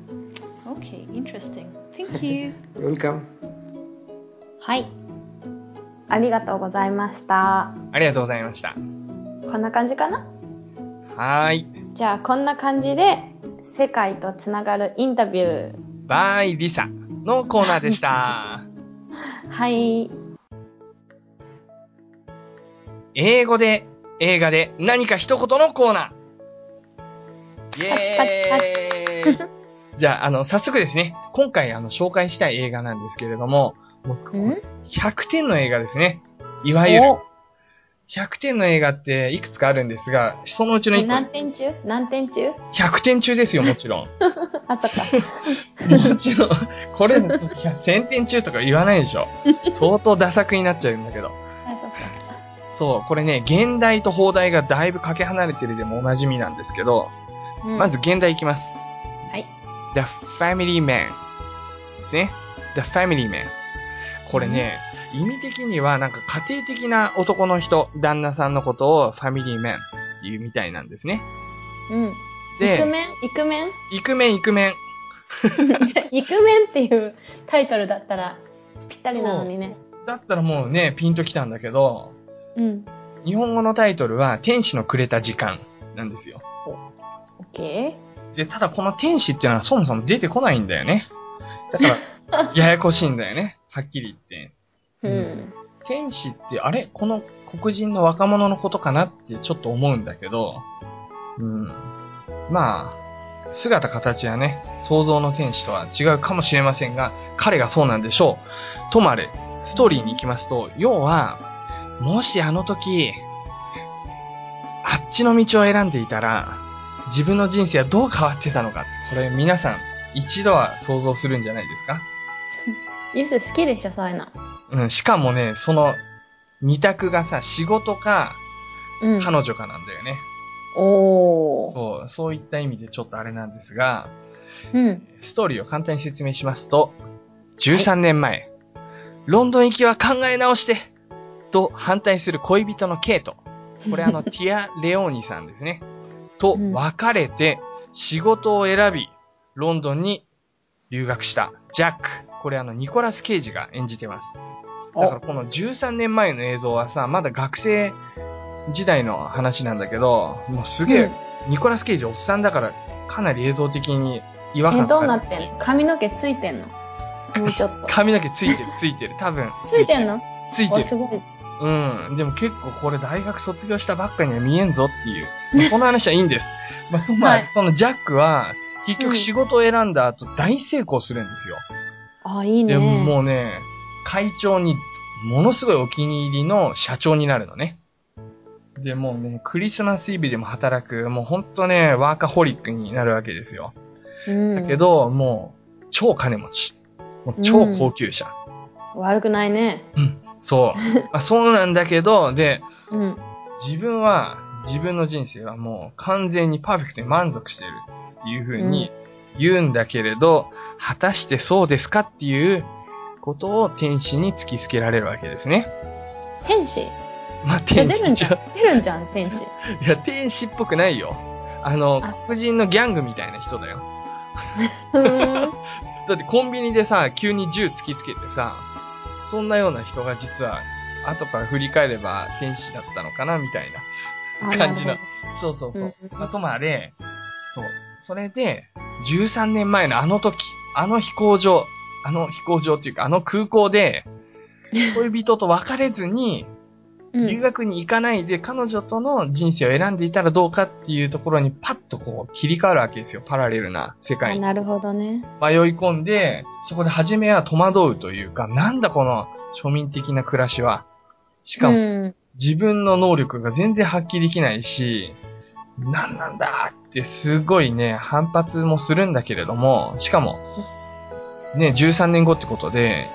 Speaker 1: Okay, interesting. Thank
Speaker 2: <laughs>
Speaker 1: you.
Speaker 2: Welcome.
Speaker 4: はい。ありがとうございました。
Speaker 3: ありがとうございました。
Speaker 4: こんな感じかな
Speaker 3: はーい。
Speaker 4: じゃあ、こんな感じで、世界とつながるインタビュー。
Speaker 3: バイ、リサのコーナーで
Speaker 4: <laughs>
Speaker 3: した。
Speaker 4: はい。
Speaker 3: 英語で、映画で何か一言のコーナー。イエーイ <laughs> じゃあ、あの、早速ですね、今回、あの、紹介したい映画なんですけれども、もう100点の映画ですね。いわゆる、
Speaker 4: お
Speaker 3: 100点の映画っていくつかあるんですが、そのうちの1本
Speaker 4: 何
Speaker 3: です。
Speaker 4: 点中何点 <laughs> 中
Speaker 3: 100点中ですよ、もちろん。
Speaker 4: あ、そっか。
Speaker 3: もちろん、これ、1000点中とか言わないでしょ。相当ダ作になっちゃうんだけど。
Speaker 4: あ、そっか。
Speaker 3: そう、これね、現代と放題がだいぶかけ離れてるでもおなじみなんですけど、
Speaker 4: うん
Speaker 3: まず、現代いきます。
Speaker 4: はい。
Speaker 3: The Family Man ですね。The Family Man。これね、意味的にはなんか家庭的な男の人、旦那さんのことを Family Man っていうみたいなんですね。
Speaker 4: うん。イク
Speaker 3: で、
Speaker 4: メンイクメン <laughs>
Speaker 3: イクメンイクメン。
Speaker 4: じゃあイクメンっていうタイトルだったら、ぴったりなのにね。
Speaker 3: だったらもうね、ピンときたんだけど、
Speaker 4: うん。
Speaker 3: 日本語のタイトルは、天使のくれた時間なんですよ。
Speaker 4: オッケ
Speaker 3: で、ただこの天使っていうのはそもそも出てこないんだよね。だから、ややこしいんだよね。はっきり言って。
Speaker 4: ー。うん。
Speaker 3: 天使って、あれこの黒人の若者のことかなってちょっと思うんだけど、うん。まあ、姿形はね、想像の天使とは違うかもしれませんが、彼がそうなんでしょう。ともあれ、ストーリーに行きますと、要は、もしあの時、あっちの道を選んでいたら、自分の人生はどう変わってたのか。これ皆さん、一度は想像するんじゃないですか
Speaker 4: ユース好きでしょ、そういうの。
Speaker 3: うん、しかもね、その二択がさ、仕事か、
Speaker 4: うん。
Speaker 3: 彼女かなんだよね。
Speaker 4: おー。
Speaker 3: そう、そういった意味でちょっとあれなんですが、
Speaker 4: うん。
Speaker 3: ストーリーを簡単に説明しますと、13年前、ロンドン行きは考え直して、と反対する恋人のケイト、これあの、ティア・レオーニさんですね、と
Speaker 4: うん
Speaker 3: 別れて、仕事を選び、ロンドンに留学したジャック、これあの、ニコラス・ケイジが演じてます。だからこの13年前の映像はさ、まだ学生時代の話なんだけど、もうすげえ、ニコラス・ケイジおっさんだから、かなり映像的に違和
Speaker 4: え、
Speaker 3: 感
Speaker 4: どう
Speaker 3: が
Speaker 4: な
Speaker 3: ある。
Speaker 4: ってんの髪の毛ついてんのもうちょっと。
Speaker 3: 髪の毛ついてる、ついてる。多分。
Speaker 4: ついてんの
Speaker 3: ついて
Speaker 4: お、
Speaker 3: る。
Speaker 4: すごい。
Speaker 3: うん。でも結構これ大学卒業したばっかには見えんぞっていう。まあその話はいいんです。 <laughs> まあ、とまあ
Speaker 4: はい
Speaker 3: そのジャックは、結
Speaker 4: う
Speaker 3: 局
Speaker 4: ん
Speaker 3: 仕事を選んだ後大成功するんですよ。
Speaker 4: あ、いいね。
Speaker 3: でももうね、会長に、ものすごいお気に入りの社長になるのね。で、もうね、クリスマスイブでも働く、もうほんとね、ワーカホリックになるわけですよ。
Speaker 4: うん、
Speaker 3: だけど、もう、超金持ち。もう超高級車。
Speaker 4: 悪くないね。
Speaker 3: そう。
Speaker 4: <laughs>
Speaker 3: まあ、そうなんだけど、で、
Speaker 4: うん。
Speaker 3: 自分は、自分の人生はもう完全にパーフェクトに満足してるっていう風に言うんだけれど、果たしてそうですかっていうことを天使に突きつけられるわけですね。
Speaker 4: 天使
Speaker 3: まあ、
Speaker 4: じゃ
Speaker 3: 天
Speaker 4: あ出る
Speaker 3: 使
Speaker 4: ん
Speaker 3: じ
Speaker 4: じ
Speaker 3: ゃ
Speaker 4: ゃん。出るんじゃん、天使。
Speaker 3: いや、天使っぽくないよ。あの、
Speaker 4: あ
Speaker 3: 黒人のギャングみたいな人だよ。
Speaker 4: ふ <laughs> ーん。
Speaker 3: だってコンビニでさ、急に銃突きつけてさ、そんなような人が実は、後から振り返れば天使だったのかなみたいな。
Speaker 4: あ
Speaker 3: 感じの
Speaker 4: なる
Speaker 3: そうそうそう。
Speaker 4: うん
Speaker 3: まあ、ともあれ、そう。それで、13年前のあの時、あの飛行場、あの飛行場っていうか、あの空港
Speaker 4: <laughs>
Speaker 3: で、恋人と別れずに、
Speaker 4: ほどう
Speaker 3: 留
Speaker 4: ん。
Speaker 3: 学に行かないで彼女との人生を選んでいたらどうかっていうところにパッとこう切り替わるわけですよ。パラレルな世
Speaker 4: あ
Speaker 3: 界に
Speaker 4: なるほどね。
Speaker 3: 迷い込んで、そこで初めは戸惑うというか、なんだこの庶民的な暮らしは。しかも
Speaker 4: うん。 <laughs>
Speaker 3: 自分の能力が全然発揮できないし、なんなんだってすごいね、反発もするんだけれども、しかも、ね、13年後ってことで、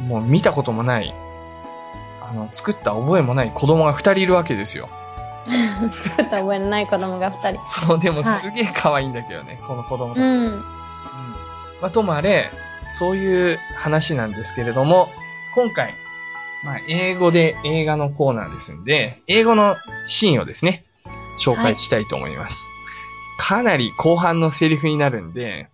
Speaker 3: もう見たこともない、あの、作った覚えもない子供が2人いるわけですよ。
Speaker 4: 作った覚えのない子供が二人。
Speaker 3: そう、でも
Speaker 4: はい
Speaker 3: すげえ可愛いんだけどね、この子供たち。
Speaker 4: う
Speaker 3: うん
Speaker 4: ん。
Speaker 3: まあ、ともあれ、そういう話なんですけれども、今回、まあ、英語で映画のコーナーですんで、英語のシーンをですね、紹介したいと思います。かなり後半のセリフになるんで、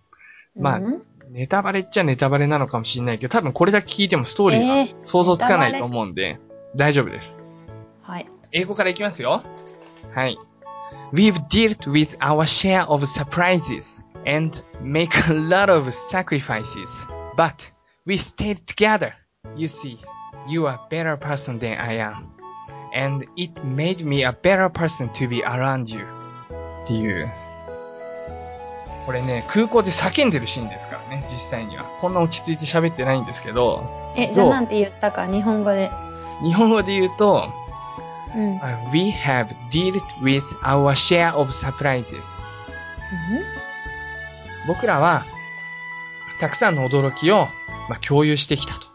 Speaker 3: まあ
Speaker 4: うん
Speaker 3: ネタバレっちゃネタバレなのかもしれないけど、多分これだけ聞いてもストーリ
Speaker 4: え
Speaker 3: ー
Speaker 4: ー
Speaker 3: が想像つかないと思うんで、大丈夫です。
Speaker 4: はい。
Speaker 3: 英語からいきますよ。はい。We've dealt with our share of surprises and make a lot of sacrifices. But we stayed together. You see, you are a better person than I am. And it made me a better person to be around you. っていう。これね、空港で叫んでるシーンですからね、実際には。こんな落ち着いて喋ってないんですけど、
Speaker 4: え、じゃあ
Speaker 3: どう
Speaker 4: なんて言ったか、日本語で。
Speaker 3: 日本語で言うと、
Speaker 4: うん。うん
Speaker 3: Uh, we have dealt with our share of surprises. 僕らは、たくさんの驚きを、まあ、共有してきたと。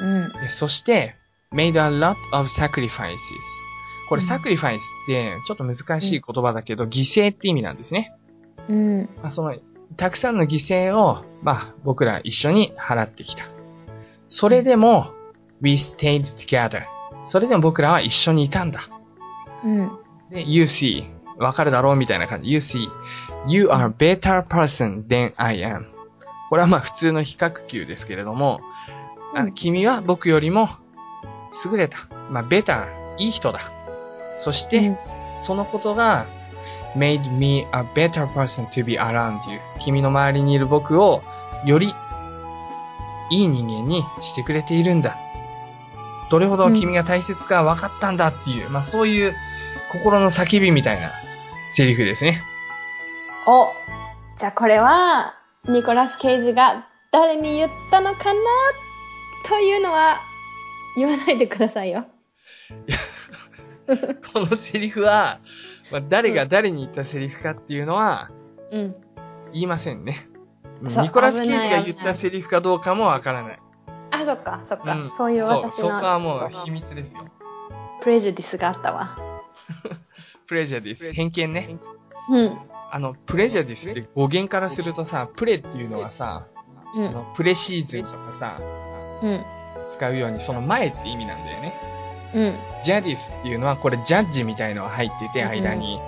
Speaker 4: うん。
Speaker 3: でそして、made a lot of sacrifices. これ、
Speaker 4: うん
Speaker 3: サクリファイスって、ちょっと難しい言葉だけど、犠牲って意味なんですね。
Speaker 4: うん。
Speaker 3: まあ、その、たくさんの犠牲を、まあ、僕ら一緒に払ってきた。それでも、we stayed together. それでも僕らは一緒にいたんだ。
Speaker 4: うん。
Speaker 3: で、you see, わかるだろうみたいな感じ。you see, you are a better person than I am. これはまあ普通の比較級ですけれども、あ
Speaker 4: うん
Speaker 3: 君は僕よりも優れた。まあ、better, いい人だ。そして、
Speaker 4: うん
Speaker 3: そのことが made me a better person to be around you. 君の周りにいる僕をよりいい人間にしてくれているんだ。どれほど君が大切か分かったんだっていう、まあそういう心の叫びみたいなセリフですね。
Speaker 4: おじゃあこれは、ニコラス・ケイジが誰に言ったのかなというのは、言わないでくださいよ。
Speaker 3: <laughs> このセリフは、まあ誰が誰に言ったセリフかっていうのは
Speaker 4: うん。
Speaker 3: 言いませんね。
Speaker 4: そう
Speaker 3: ニコラス・ケイジが
Speaker 4: 危な
Speaker 3: 言
Speaker 4: い危
Speaker 3: っ
Speaker 4: ない
Speaker 3: たセリフかどうかもわからない。
Speaker 4: あ、そっか、そっか。
Speaker 3: うん
Speaker 4: そういう
Speaker 3: そう、
Speaker 4: 私
Speaker 3: そこ
Speaker 4: の
Speaker 3: はもう秘密ですよ。
Speaker 4: プレジュディスがあったわ。
Speaker 3: プレジャディス。偏見ね。
Speaker 4: うん。
Speaker 3: あの、プレジャディスって語源からするとさ、プレっていうのはさ、
Speaker 4: う
Speaker 3: あ
Speaker 4: ん。
Speaker 3: のプレシーズンとかさ、
Speaker 4: うん。
Speaker 3: 使うように、その前って意味なんだよね。
Speaker 4: うん。
Speaker 3: ジャディスっていうのは、これジャッジみたいのが入ってて、
Speaker 4: うん
Speaker 3: 間に。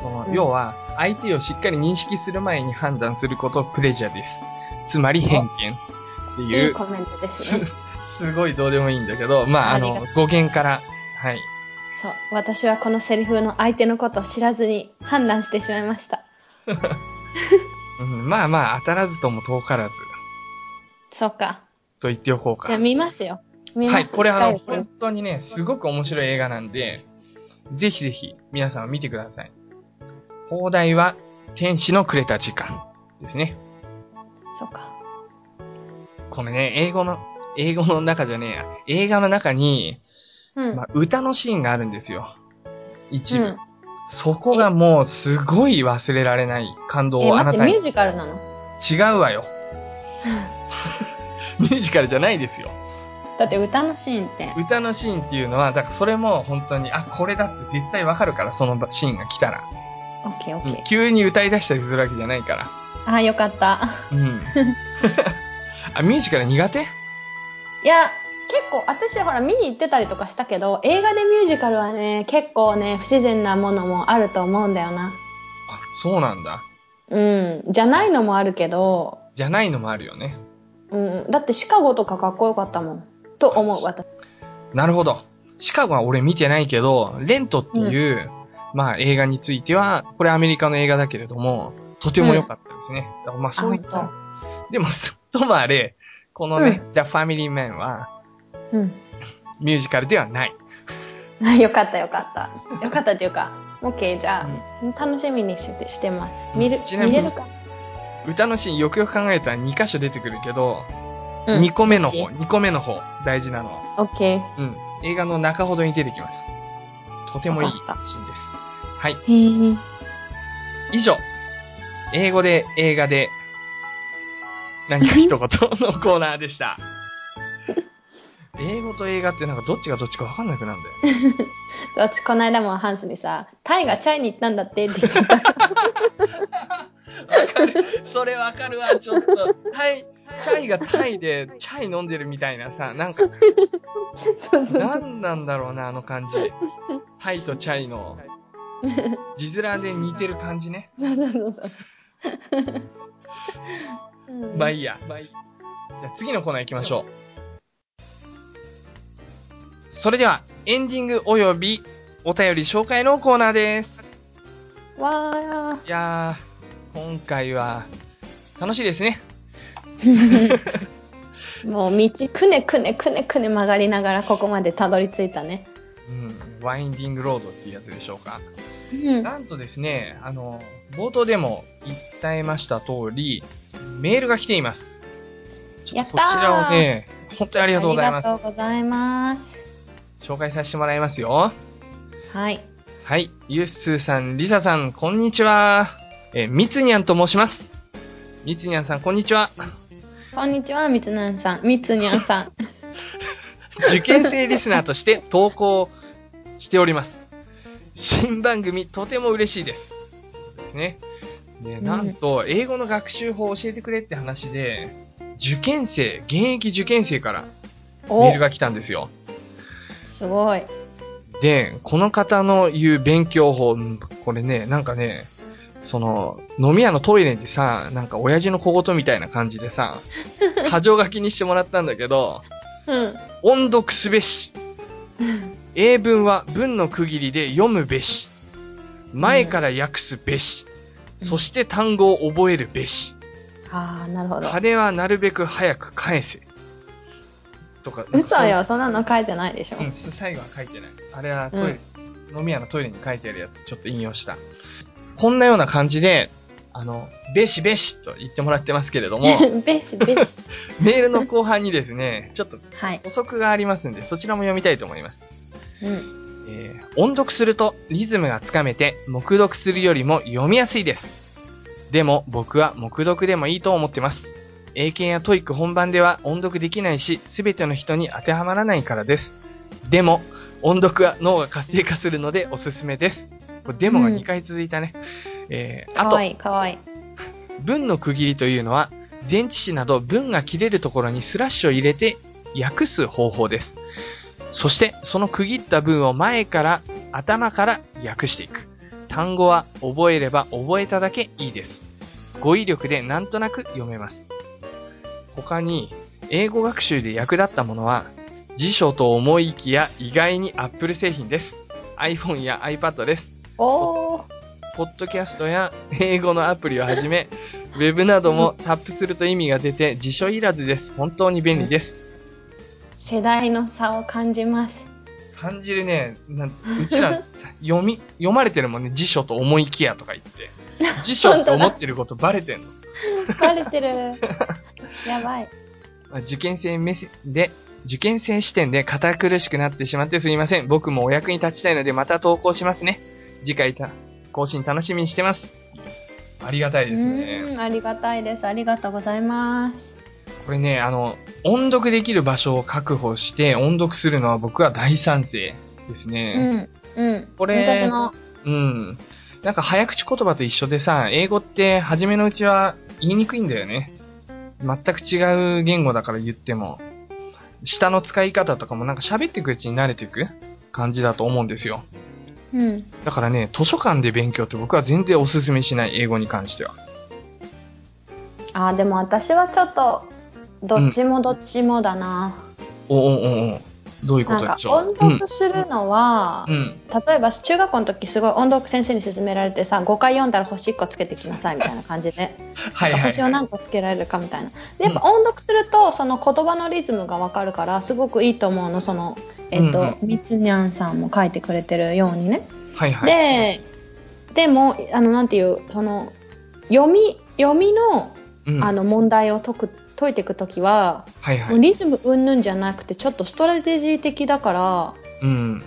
Speaker 3: その
Speaker 4: う、ん
Speaker 3: 要は、相手をしっかり認識する前に判断することをプレジャディス。つまり偏見って
Speaker 4: い
Speaker 3: い、
Speaker 4: いうコメントです
Speaker 3: す <laughs>
Speaker 4: ね。
Speaker 3: すごいどうでもいいんだけど、まあ、あ
Speaker 4: あり
Speaker 3: の
Speaker 4: が、
Speaker 3: 語源から、はい。
Speaker 4: そう。私はこのセリフの相手のことを知らずに判断してしまいました。
Speaker 3: うん、まあまあ、当たらずとも遠からず、
Speaker 4: そうか。
Speaker 3: と言っておこうか。
Speaker 4: じゃあ見ますよ。見ます
Speaker 3: はい、これあの、
Speaker 4: 近いうちに
Speaker 3: 本当にね、すごく面白い映画なんで、ぜひぜひ、皆さん見てください。放題は、天使のくれた時間ですね。
Speaker 4: そうか。
Speaker 3: これね、英語の、英語の中じゃねえや。映画の中に、
Speaker 4: うん。
Speaker 3: まあ、歌のシーンがあるんですよ。一
Speaker 4: う
Speaker 3: 部。
Speaker 4: ん、
Speaker 3: そこがもう、すごい忘れられない感動
Speaker 4: え、
Speaker 3: をあな
Speaker 4: 待っ
Speaker 3: た
Speaker 4: て、ミュ
Speaker 3: に
Speaker 4: ー。ジカルなの
Speaker 3: 違う
Speaker 4: <laughs>
Speaker 3: わよ。ミュージカルじゃないですよ。
Speaker 4: だって歌のシーンって。
Speaker 3: 歌のシーンっていうのは、だからそれも本当に、あ、これだって絶対わかるから、そのシーンが来たら。
Speaker 4: オッケーオッケー。
Speaker 3: 急に歌い出したりするわけじゃないから。
Speaker 4: あー、よかった。
Speaker 3: <laughs> うん。あ、ミュージカル苦手
Speaker 4: いや、結構、私ほら見に行ってたりとかしたけど、映画でミュージカルはね、結構ね、不自然なものもあると思うんだよな。
Speaker 3: あ、そうなんだ。
Speaker 4: うん。じゃないのもあるけど、
Speaker 3: じゃないのもあるよね。
Speaker 4: うん。だってシカゴとかかっこよかったもん。と思う、私。
Speaker 3: なるほど。シカゴは俺見てないけど、レントっていう、まあ映画については、これアメリカの映画だけれども、とても良かったですね。だからまあそういっ
Speaker 4: あ
Speaker 3: た。でも、すっともあれ、このね、The Family Man は
Speaker 4: うん。 <laughs>
Speaker 3: ミュージカルではない。
Speaker 4: あよかったよかった。よかったっていうか、オッケー、じゃあ、楽しみにしてしてます。見る、
Speaker 3: ちなみ
Speaker 4: 見
Speaker 3: に
Speaker 4: れるか
Speaker 3: 歌のシーンよくよく考えたら2箇所出てくるけど、
Speaker 4: うん
Speaker 3: 2個目の
Speaker 4: ど
Speaker 3: 方、
Speaker 4: っ
Speaker 3: 2個目の方、大事なのは。
Speaker 4: オッケー。
Speaker 3: うん。映画の中ほどに出てきます。とてもいい
Speaker 4: わかっ
Speaker 3: シーンです。はい。
Speaker 4: へー
Speaker 3: 以上。英語で、映画で、何か一言のコーナーで
Speaker 4: <laughs>
Speaker 3: した。英語と映画ってなんかどっちがどっちかわかんなくなるんだよね。
Speaker 4: 私、この間もハンスにさ、タイがチャイに行ったんだってって言っちゃった。
Speaker 3: わかる。それわかるわ。ちょっと、タイ、チャイがタイでチャイ飲んでるみたいなさ、なんか、
Speaker 4: そうそうそう。
Speaker 3: なんなんだろうな、あの感
Speaker 4: <laughs>
Speaker 3: じ。タイとチャイの、字面で似てる感じね。
Speaker 4: そうそうそうそう。
Speaker 3: まあいいや。じゃあ次のコーナー行きましょう。それでは、エンディングおよびお便り紹介のコーナーです。
Speaker 4: わあ。
Speaker 3: いやー、今回は楽しいですね。
Speaker 4: もう道くねくねくねくね曲がりながらここまでたどり着いたね。
Speaker 3: うん、ワインディングロードっていうやつでしょうか。
Speaker 4: うん。
Speaker 3: なんとですね、あの、冒頭でも伝えました通り、メールが来ています。ちょっとこ
Speaker 4: やったー
Speaker 3: ちらをね、本当にありがとうございま
Speaker 4: ありがと
Speaker 3: す。
Speaker 4: うございます。
Speaker 3: 紹介させてもらいますよ。
Speaker 4: はい。
Speaker 3: はい。ゆっすーさん、りささん、こんにちは。えーみつにゃんと申します。みつにゃんさん、こんにちは。
Speaker 4: こんにちは、みつなんさん。みつにゃんさ
Speaker 3: <laughs>
Speaker 4: ん。
Speaker 3: 受験生リスナーとして投稿しております。新番組、とても嬉しいです。ですね。で、なんと、英語の学習法を教えてくれって話で、受験生、現役受験生からメールが来たんですよ。
Speaker 4: すごい。
Speaker 3: で、この方の言う勉強法、うんこれね、なんかね、その、飲み屋のトイレでさ、なんか親父の小言みたいな感じでさ、過剰書きにしてもらったんだけど、
Speaker 4: うん。
Speaker 3: 音読すべし。英文は文の区切りで読むべし。前から訳すべし。
Speaker 4: うん
Speaker 3: そして単語を覚えるべし。
Speaker 4: ああ、なるほど。
Speaker 3: 金はなるべく早く返せ。とか。
Speaker 4: 嘘よ、そんなの書いてないでしょ。
Speaker 3: うん、す最後は書いてない。あれはトイレ、飲み屋のトイレに書いてあるやつ、ちょっと引用した。こんなような感じで、あの、べしべしと言ってもらってますけれども、
Speaker 4: <laughs> べしべ
Speaker 3: <laughs>
Speaker 4: し。
Speaker 3: メールの後半にですね、ちょっと
Speaker 4: はい。
Speaker 3: 補足がありますんで、そちらも読みたいと思います。
Speaker 4: うん。
Speaker 3: えー音読するとリズムがつかめて、目読するよりも読みやすいです。でも僕は目読でもいいと思ってます。英検やトイック本番では音読できないし、すべての人に当てはまらないからです。でも、音読は脳が活性化するのでおすすめです。これデモが2回続いたね。えー、あ
Speaker 4: か
Speaker 3: と
Speaker 4: わ、いい、かわいい。
Speaker 3: 文の区切りというのは、前置詞など文が切れるところにスラッシュを入れて訳す方法です。そして、その区切った文を前から、頭から訳していく。単語は覚えれば覚えただけいいです。語彙力でなんとなく読めます。他に、英語学習で役立ったものは、辞書と思いきや意外に Apple 製品です。iPhone や iPad です。
Speaker 4: おー。
Speaker 3: ポッドキャストや英語のアプリをはじめ、ウェブなどもタップすると意味が出て辞書いらずです。本当に便利です。
Speaker 4: 世代の差を感じます。
Speaker 3: 感じるね、なうちら読み、読まれてるもんね、辞書と思いきやとか言 <laughs> って。辞書って思ってることバレてんの。
Speaker 4: バレてる。
Speaker 3: <laughs>
Speaker 4: やばい。
Speaker 3: まあ受験生目線で、受験生視点で堅苦しくなってしまってすみません。僕もお役に立ちたいのでまた投稿しますね。次回た更新楽しみにしてます。ありがたいですね。
Speaker 4: うん、ありがたいです。ありがとうございます。
Speaker 3: これね、あの、音読できる場所を確保して音読するのは僕は大賛成です
Speaker 4: う
Speaker 3: ね。
Speaker 4: ん、うん。
Speaker 3: これ
Speaker 4: 私も、
Speaker 3: うん。なんか早口言葉と一緒でさ、英語って初めのうちは言いにくいんだよね。全く違う言語だから言っても。下の使い方とかもなんか喋っていくうちに慣れていく感じだと思うんですよ。
Speaker 4: うん。
Speaker 3: だからね、図書館で勉強って僕は全然おすすめしない英語に関しては。
Speaker 4: あー、でも私はちょっと、どっちもどっちもだな。
Speaker 3: おおおおどういうこ
Speaker 4: なん
Speaker 3: と
Speaker 4: か
Speaker 3: でしょ
Speaker 4: 音
Speaker 3: う
Speaker 4: 読するのは、
Speaker 3: うん。うん。
Speaker 4: 例えば中学校の時すごい音読先生に勧められてさ5回読んだら星1個つけてきなさいみたいな感じで
Speaker 3: はいはい、はい。
Speaker 4: 星を何個つけられるかみたいなでやっぱ音読するとその言葉のリズムがわかるからすごくいいと思うのそのえっ、と、
Speaker 3: うん
Speaker 4: みつにゃんさんも書いてくれてるようにね、
Speaker 3: はいはい。
Speaker 4: ででもあのなんていうその読み読みの
Speaker 3: うん、
Speaker 4: あの問題を解く解いていく時は、
Speaker 3: はいは
Speaker 4: もう
Speaker 3: い。
Speaker 4: リズム云々じゃなくてちょっとストラテジー的だから
Speaker 3: うん。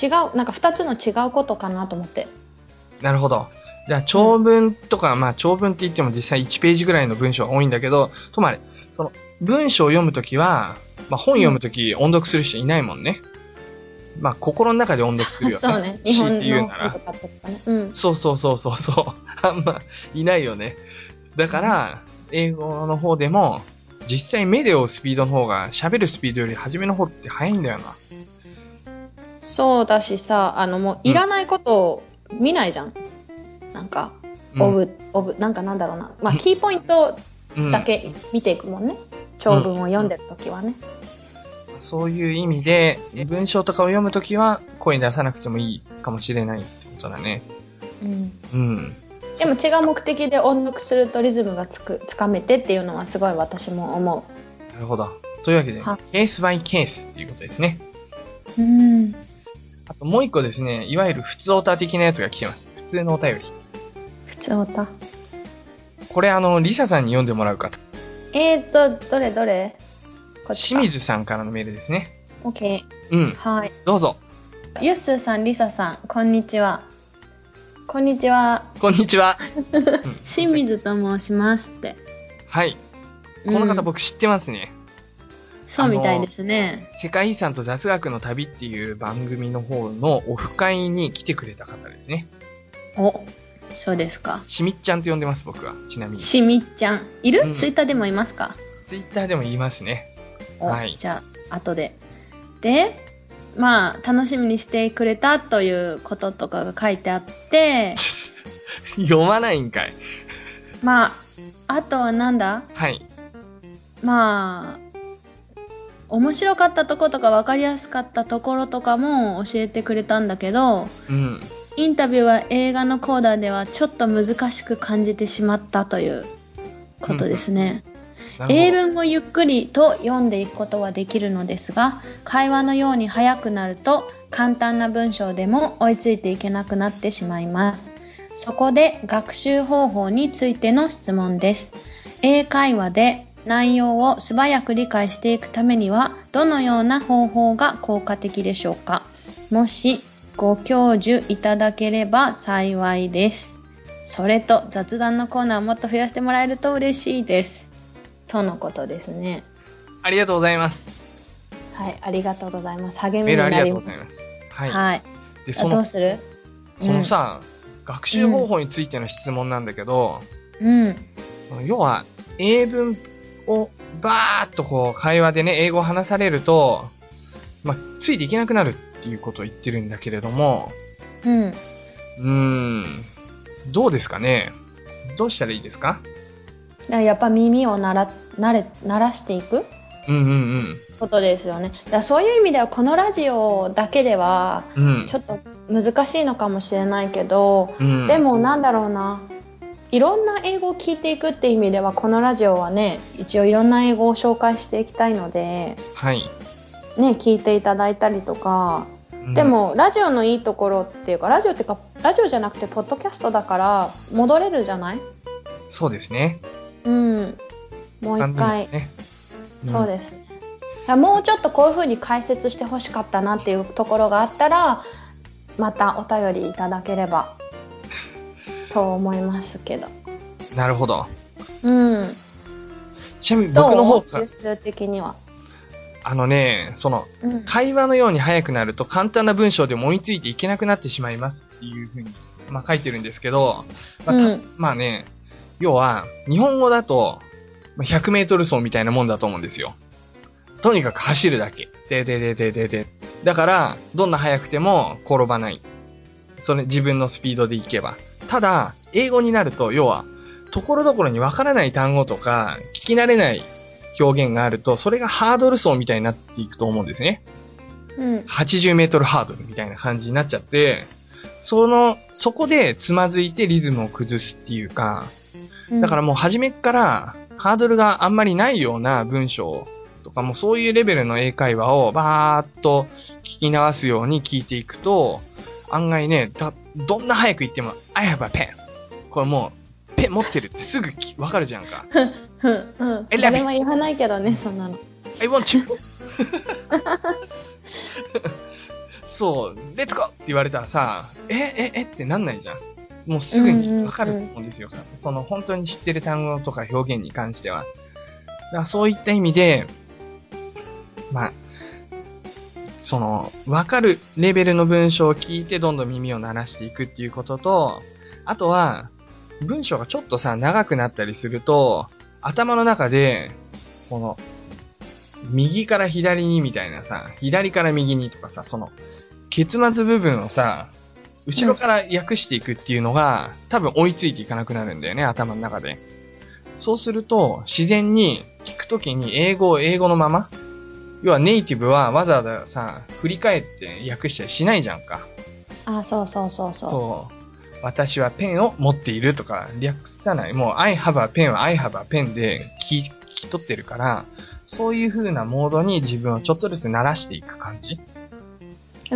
Speaker 4: 違うなんか2つの違うことかなと思って
Speaker 3: なるほど。じゃあ、長文とか、まあ、長文って言っても実際1ページぐらいの文章が多いんだけど、とまれ、その、文章を読むときは、まあ、本読むとき音読する人いないもんね。まあ、心の中で音読するよね。
Speaker 4: <laughs> そうね。日本
Speaker 3: 強いて言う
Speaker 4: の
Speaker 3: なら
Speaker 4: 本とかってことね。う
Speaker 3: <laughs>
Speaker 4: ん。
Speaker 3: そうそうそうそうそう。あんま、いないよね。だから、英語の方でも、実際目で追うスピードの方が、喋るスピードより初めの方って早いんだよな。
Speaker 4: そうだしさ、あのもういらないことを見ないじゃん。なんか、
Speaker 3: うん
Speaker 4: オブ、オブ、なんかなんだろうな。まあ、キーポイント
Speaker 3: うん
Speaker 4: だけ見ていくもんね。長文を読んでるときはね。
Speaker 3: そういう意味で、文章とかを読むときは声出さなくてもいいかもしれないってことだね。
Speaker 4: うん。
Speaker 3: うん。
Speaker 4: でも違う目的で音読するとリズムがつく、つかめてっていうのはすごい私も思
Speaker 3: なるほど。というわけで
Speaker 4: は、
Speaker 3: ケースバイケースっていうことですね。
Speaker 4: う。うん。
Speaker 3: あともう一個ですね、いわゆる普通オタ的なやつが来てます。普通のお便り。
Speaker 4: 普通歌。
Speaker 3: これあの、リサさんに読んでもらうかと。
Speaker 4: えーと、どれどれこっち
Speaker 3: 清
Speaker 4: か。
Speaker 3: 水さんからのメールですね。
Speaker 4: オッケ
Speaker 3: うん
Speaker 4: ー。。はい。
Speaker 3: どうぞ。
Speaker 4: ゆっすーさん、りささん、こんにちは。こんにちは。
Speaker 3: こんにち
Speaker 4: <laughs>
Speaker 3: は。うん
Speaker 4: 清。水と申しますって。
Speaker 3: はい。この方
Speaker 4: うん
Speaker 3: 僕知ってますね。
Speaker 4: そうみたいですね。
Speaker 3: 世界遺産と雑学の旅っていう番組の方のオフ会に来てくれた方ですね。
Speaker 4: お、そうですか。
Speaker 3: しみっちゃんと呼んでます、僕は。ちなみに。
Speaker 4: しみっちゃん。いる、
Speaker 3: うん
Speaker 4: ツイッターでもいますか
Speaker 3: ツイッターでも言いますね。 <laughs>
Speaker 4: お、
Speaker 3: はい
Speaker 4: じゃあ、後で。で、まあ、楽しみにしてくれたということとかが書いてあ
Speaker 3: <laughs>
Speaker 4: って、
Speaker 3: 読まないんかい。
Speaker 4: まあ、あとはなんだ
Speaker 3: はい。
Speaker 4: まあ、面白かったとことか分かりやすかったところとかも教えてくれたんだけど、
Speaker 3: うん。
Speaker 4: インタビューは映画のコーナーではちょっと難しく感じてしまったということですね。
Speaker 3: なるほど
Speaker 4: 英文をゆっくりと読んでいくことはできるのですが、会話のように速くなると簡単な文章でも追いついていけなくなってしまいます。そこで学習方法についての質問です。英会話で内容を素早く理解していくためにはどのような方法が効果的でしょうかもしご教授いただければ幸いです。それと雑談のコーナーをもっと増やしてもらえると嬉しいです。とのことですね。
Speaker 3: ありがとうございます。
Speaker 4: はい、ありがとうございます。励
Speaker 3: メール
Speaker 4: みにな
Speaker 3: ありがと
Speaker 4: り
Speaker 3: うござ
Speaker 4: ま。
Speaker 3: いますす。はい。
Speaker 4: はい。
Speaker 3: で、
Speaker 4: あ
Speaker 3: そ
Speaker 4: ど
Speaker 3: の
Speaker 4: う、する
Speaker 3: このさ、学習方法についての質問なんだけど、
Speaker 4: うん。うん。
Speaker 3: その要は、英文をバーっとこう、会話でね、英語を話されると、まあ、ついていけなくなるっていうことを言ってるんだけれども、
Speaker 4: うん。
Speaker 3: うーん、どうですかねどうしたらいいですか
Speaker 4: だからやっぱ耳をなら慣れ慣らしていく
Speaker 3: うんうん
Speaker 4: ことですよね。だからそういう意味ではこのラジオだけでは
Speaker 3: うん。うん。
Speaker 4: ちょっと難しいのかもしれないけど、
Speaker 3: うん、
Speaker 4: でもなんだろうな。いろんな英語を聞いていくって意味ではこのラジオはね一応いろんな英語を紹介していきたいので、
Speaker 3: はい。
Speaker 4: ね、聞いていただいたりとか
Speaker 3: うん
Speaker 4: で、も、ラジオのいいところっていうか、ラジオっていうか、ラジオじゃなくて、ポッドキャストだから、戻れるじゃない
Speaker 3: そうですね。
Speaker 4: うん。もう一
Speaker 3: 残
Speaker 4: 回、
Speaker 3: 念ですね。うん
Speaker 4: そうですね。だからもうちょっとこういうふうに解説してほしかったなっていうところがあったら、またお便りいただければ、と思いますけど。
Speaker 3: なるほど。
Speaker 4: うん。
Speaker 3: ちなみに
Speaker 4: どう
Speaker 3: 僕の方から
Speaker 4: 収、集的には。
Speaker 3: あのね、その、
Speaker 4: うん。
Speaker 3: 会話のように早くなると簡単な文章でも追いついていけなくなってしまいますっていうふうに、まあ、書いてるんですけど、まあた
Speaker 4: うん
Speaker 3: まあね、要は、日本語だと、まあ100メートル走みたいなもんだと思うんですよ。とにかく走るだけ。でででででで。だから、どんな速くても転ばない。それ、自分のスピードで行けば。ただ、英語になると、要は、ところどころにわからない単語とか、聞き慣れない表現があると、それがハードル走みたいになっていくと思うんですね。
Speaker 4: うん。
Speaker 3: 80メートルハードルみたいな感じになっちゃって、その、そこでつまずいてリズムを崩すっていうか、
Speaker 4: うん
Speaker 3: だから、もう初めっからハードルがあんまりないような文章とかもうそういうレベルの英会話をバーっと聞き流すように聞いていくと、案外ね、だどんな早く言っても、I have a pen! これもう、ペン持ってるってすぐきわかるじゃんか。
Speaker 4: うん。うん。
Speaker 3: 選び
Speaker 4: 誰も言わないけどね、そんなの。
Speaker 3: I want you! <laughs> そう、レッツゴーって言われたらさ、え、え、えってなんないじゃん。もうすぐにわかると思うんですよ。その本当に知ってる単語とか表現に関しては。だからそういった意味で、まあ、その、わかるレベルの文章を聞いてどんどん耳を鳴らしていくっていうことと、あとは、文章がちょっとさ、長くなったりすると、頭の中で、この、右から左にみたいなさ、左から右にとかさ、その、結末部分をさ、後ろから訳していくっていうのが、多分追いついていかなくなるんだよね、頭の中で。そうすると、自然に聞くときに英語を英語のまま、要はネイティブはわざわざさ、振り返って訳したりしないじゃんか。
Speaker 4: あ、そうそうそうそう。
Speaker 3: そう。私はペンを持っているとか、略さない。もう、I have a pen は I have a pen で聞き聞き取ってるから、そういう風なモードに自分をちょっとずつ慣らしていく感じ。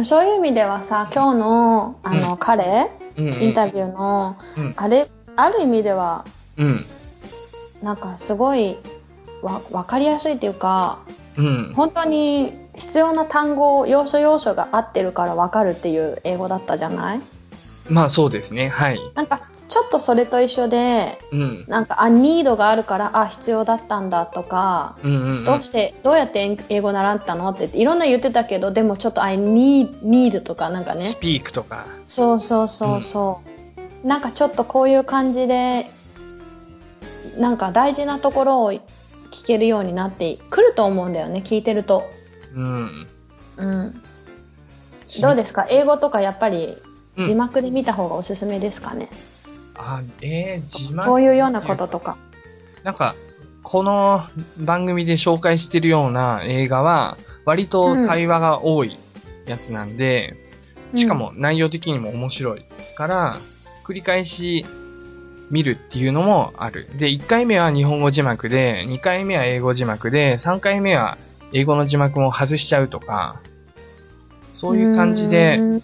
Speaker 4: そういう意味ではさ今日のあの、
Speaker 3: う
Speaker 4: 彼
Speaker 3: うん、うん。
Speaker 4: インタビ
Speaker 3: ュ
Speaker 4: ューの、
Speaker 3: うん
Speaker 4: あれある意味では
Speaker 3: ー。
Speaker 4: なんかすごいわ分かりやすいっていうか
Speaker 3: うん。うん。
Speaker 4: 本当に必要な単語要所要所が合ってるから分かるっていう英語だったじゃない
Speaker 3: まあそうですね。はい。
Speaker 4: なんかちょっとそれと一緒で
Speaker 3: うん。
Speaker 4: なんかあニードがあるからあ必要だったんだとか
Speaker 3: うんうん、うん。
Speaker 4: どうして、どうやって英語習ったのって言っていろんな言ってたけどでもちょっと I need, need とかなんかね
Speaker 3: スピークとか。
Speaker 4: そうそうそうそう、なんかちょっとこういう感じでなんか大事なところを聞けるようになってくると思うんだよね聞いてると、
Speaker 3: うん。
Speaker 4: うん、どうですか英語とかやっぱり
Speaker 3: うん
Speaker 4: 字幕で見た方がおすすめですかね、
Speaker 3: あ、えー、自慢。
Speaker 4: そういうようなこととか
Speaker 3: なんか、この番組で紹介してるような映画は、割と対話が多いやつなんで、しかも内容的にも面白いから、繰り返し見るっていうのもある。で、1回目は日本語字幕で、2回目は英語字幕で、3回目は英語の字幕も外しちゃうとか、そういう感じで
Speaker 4: う、ん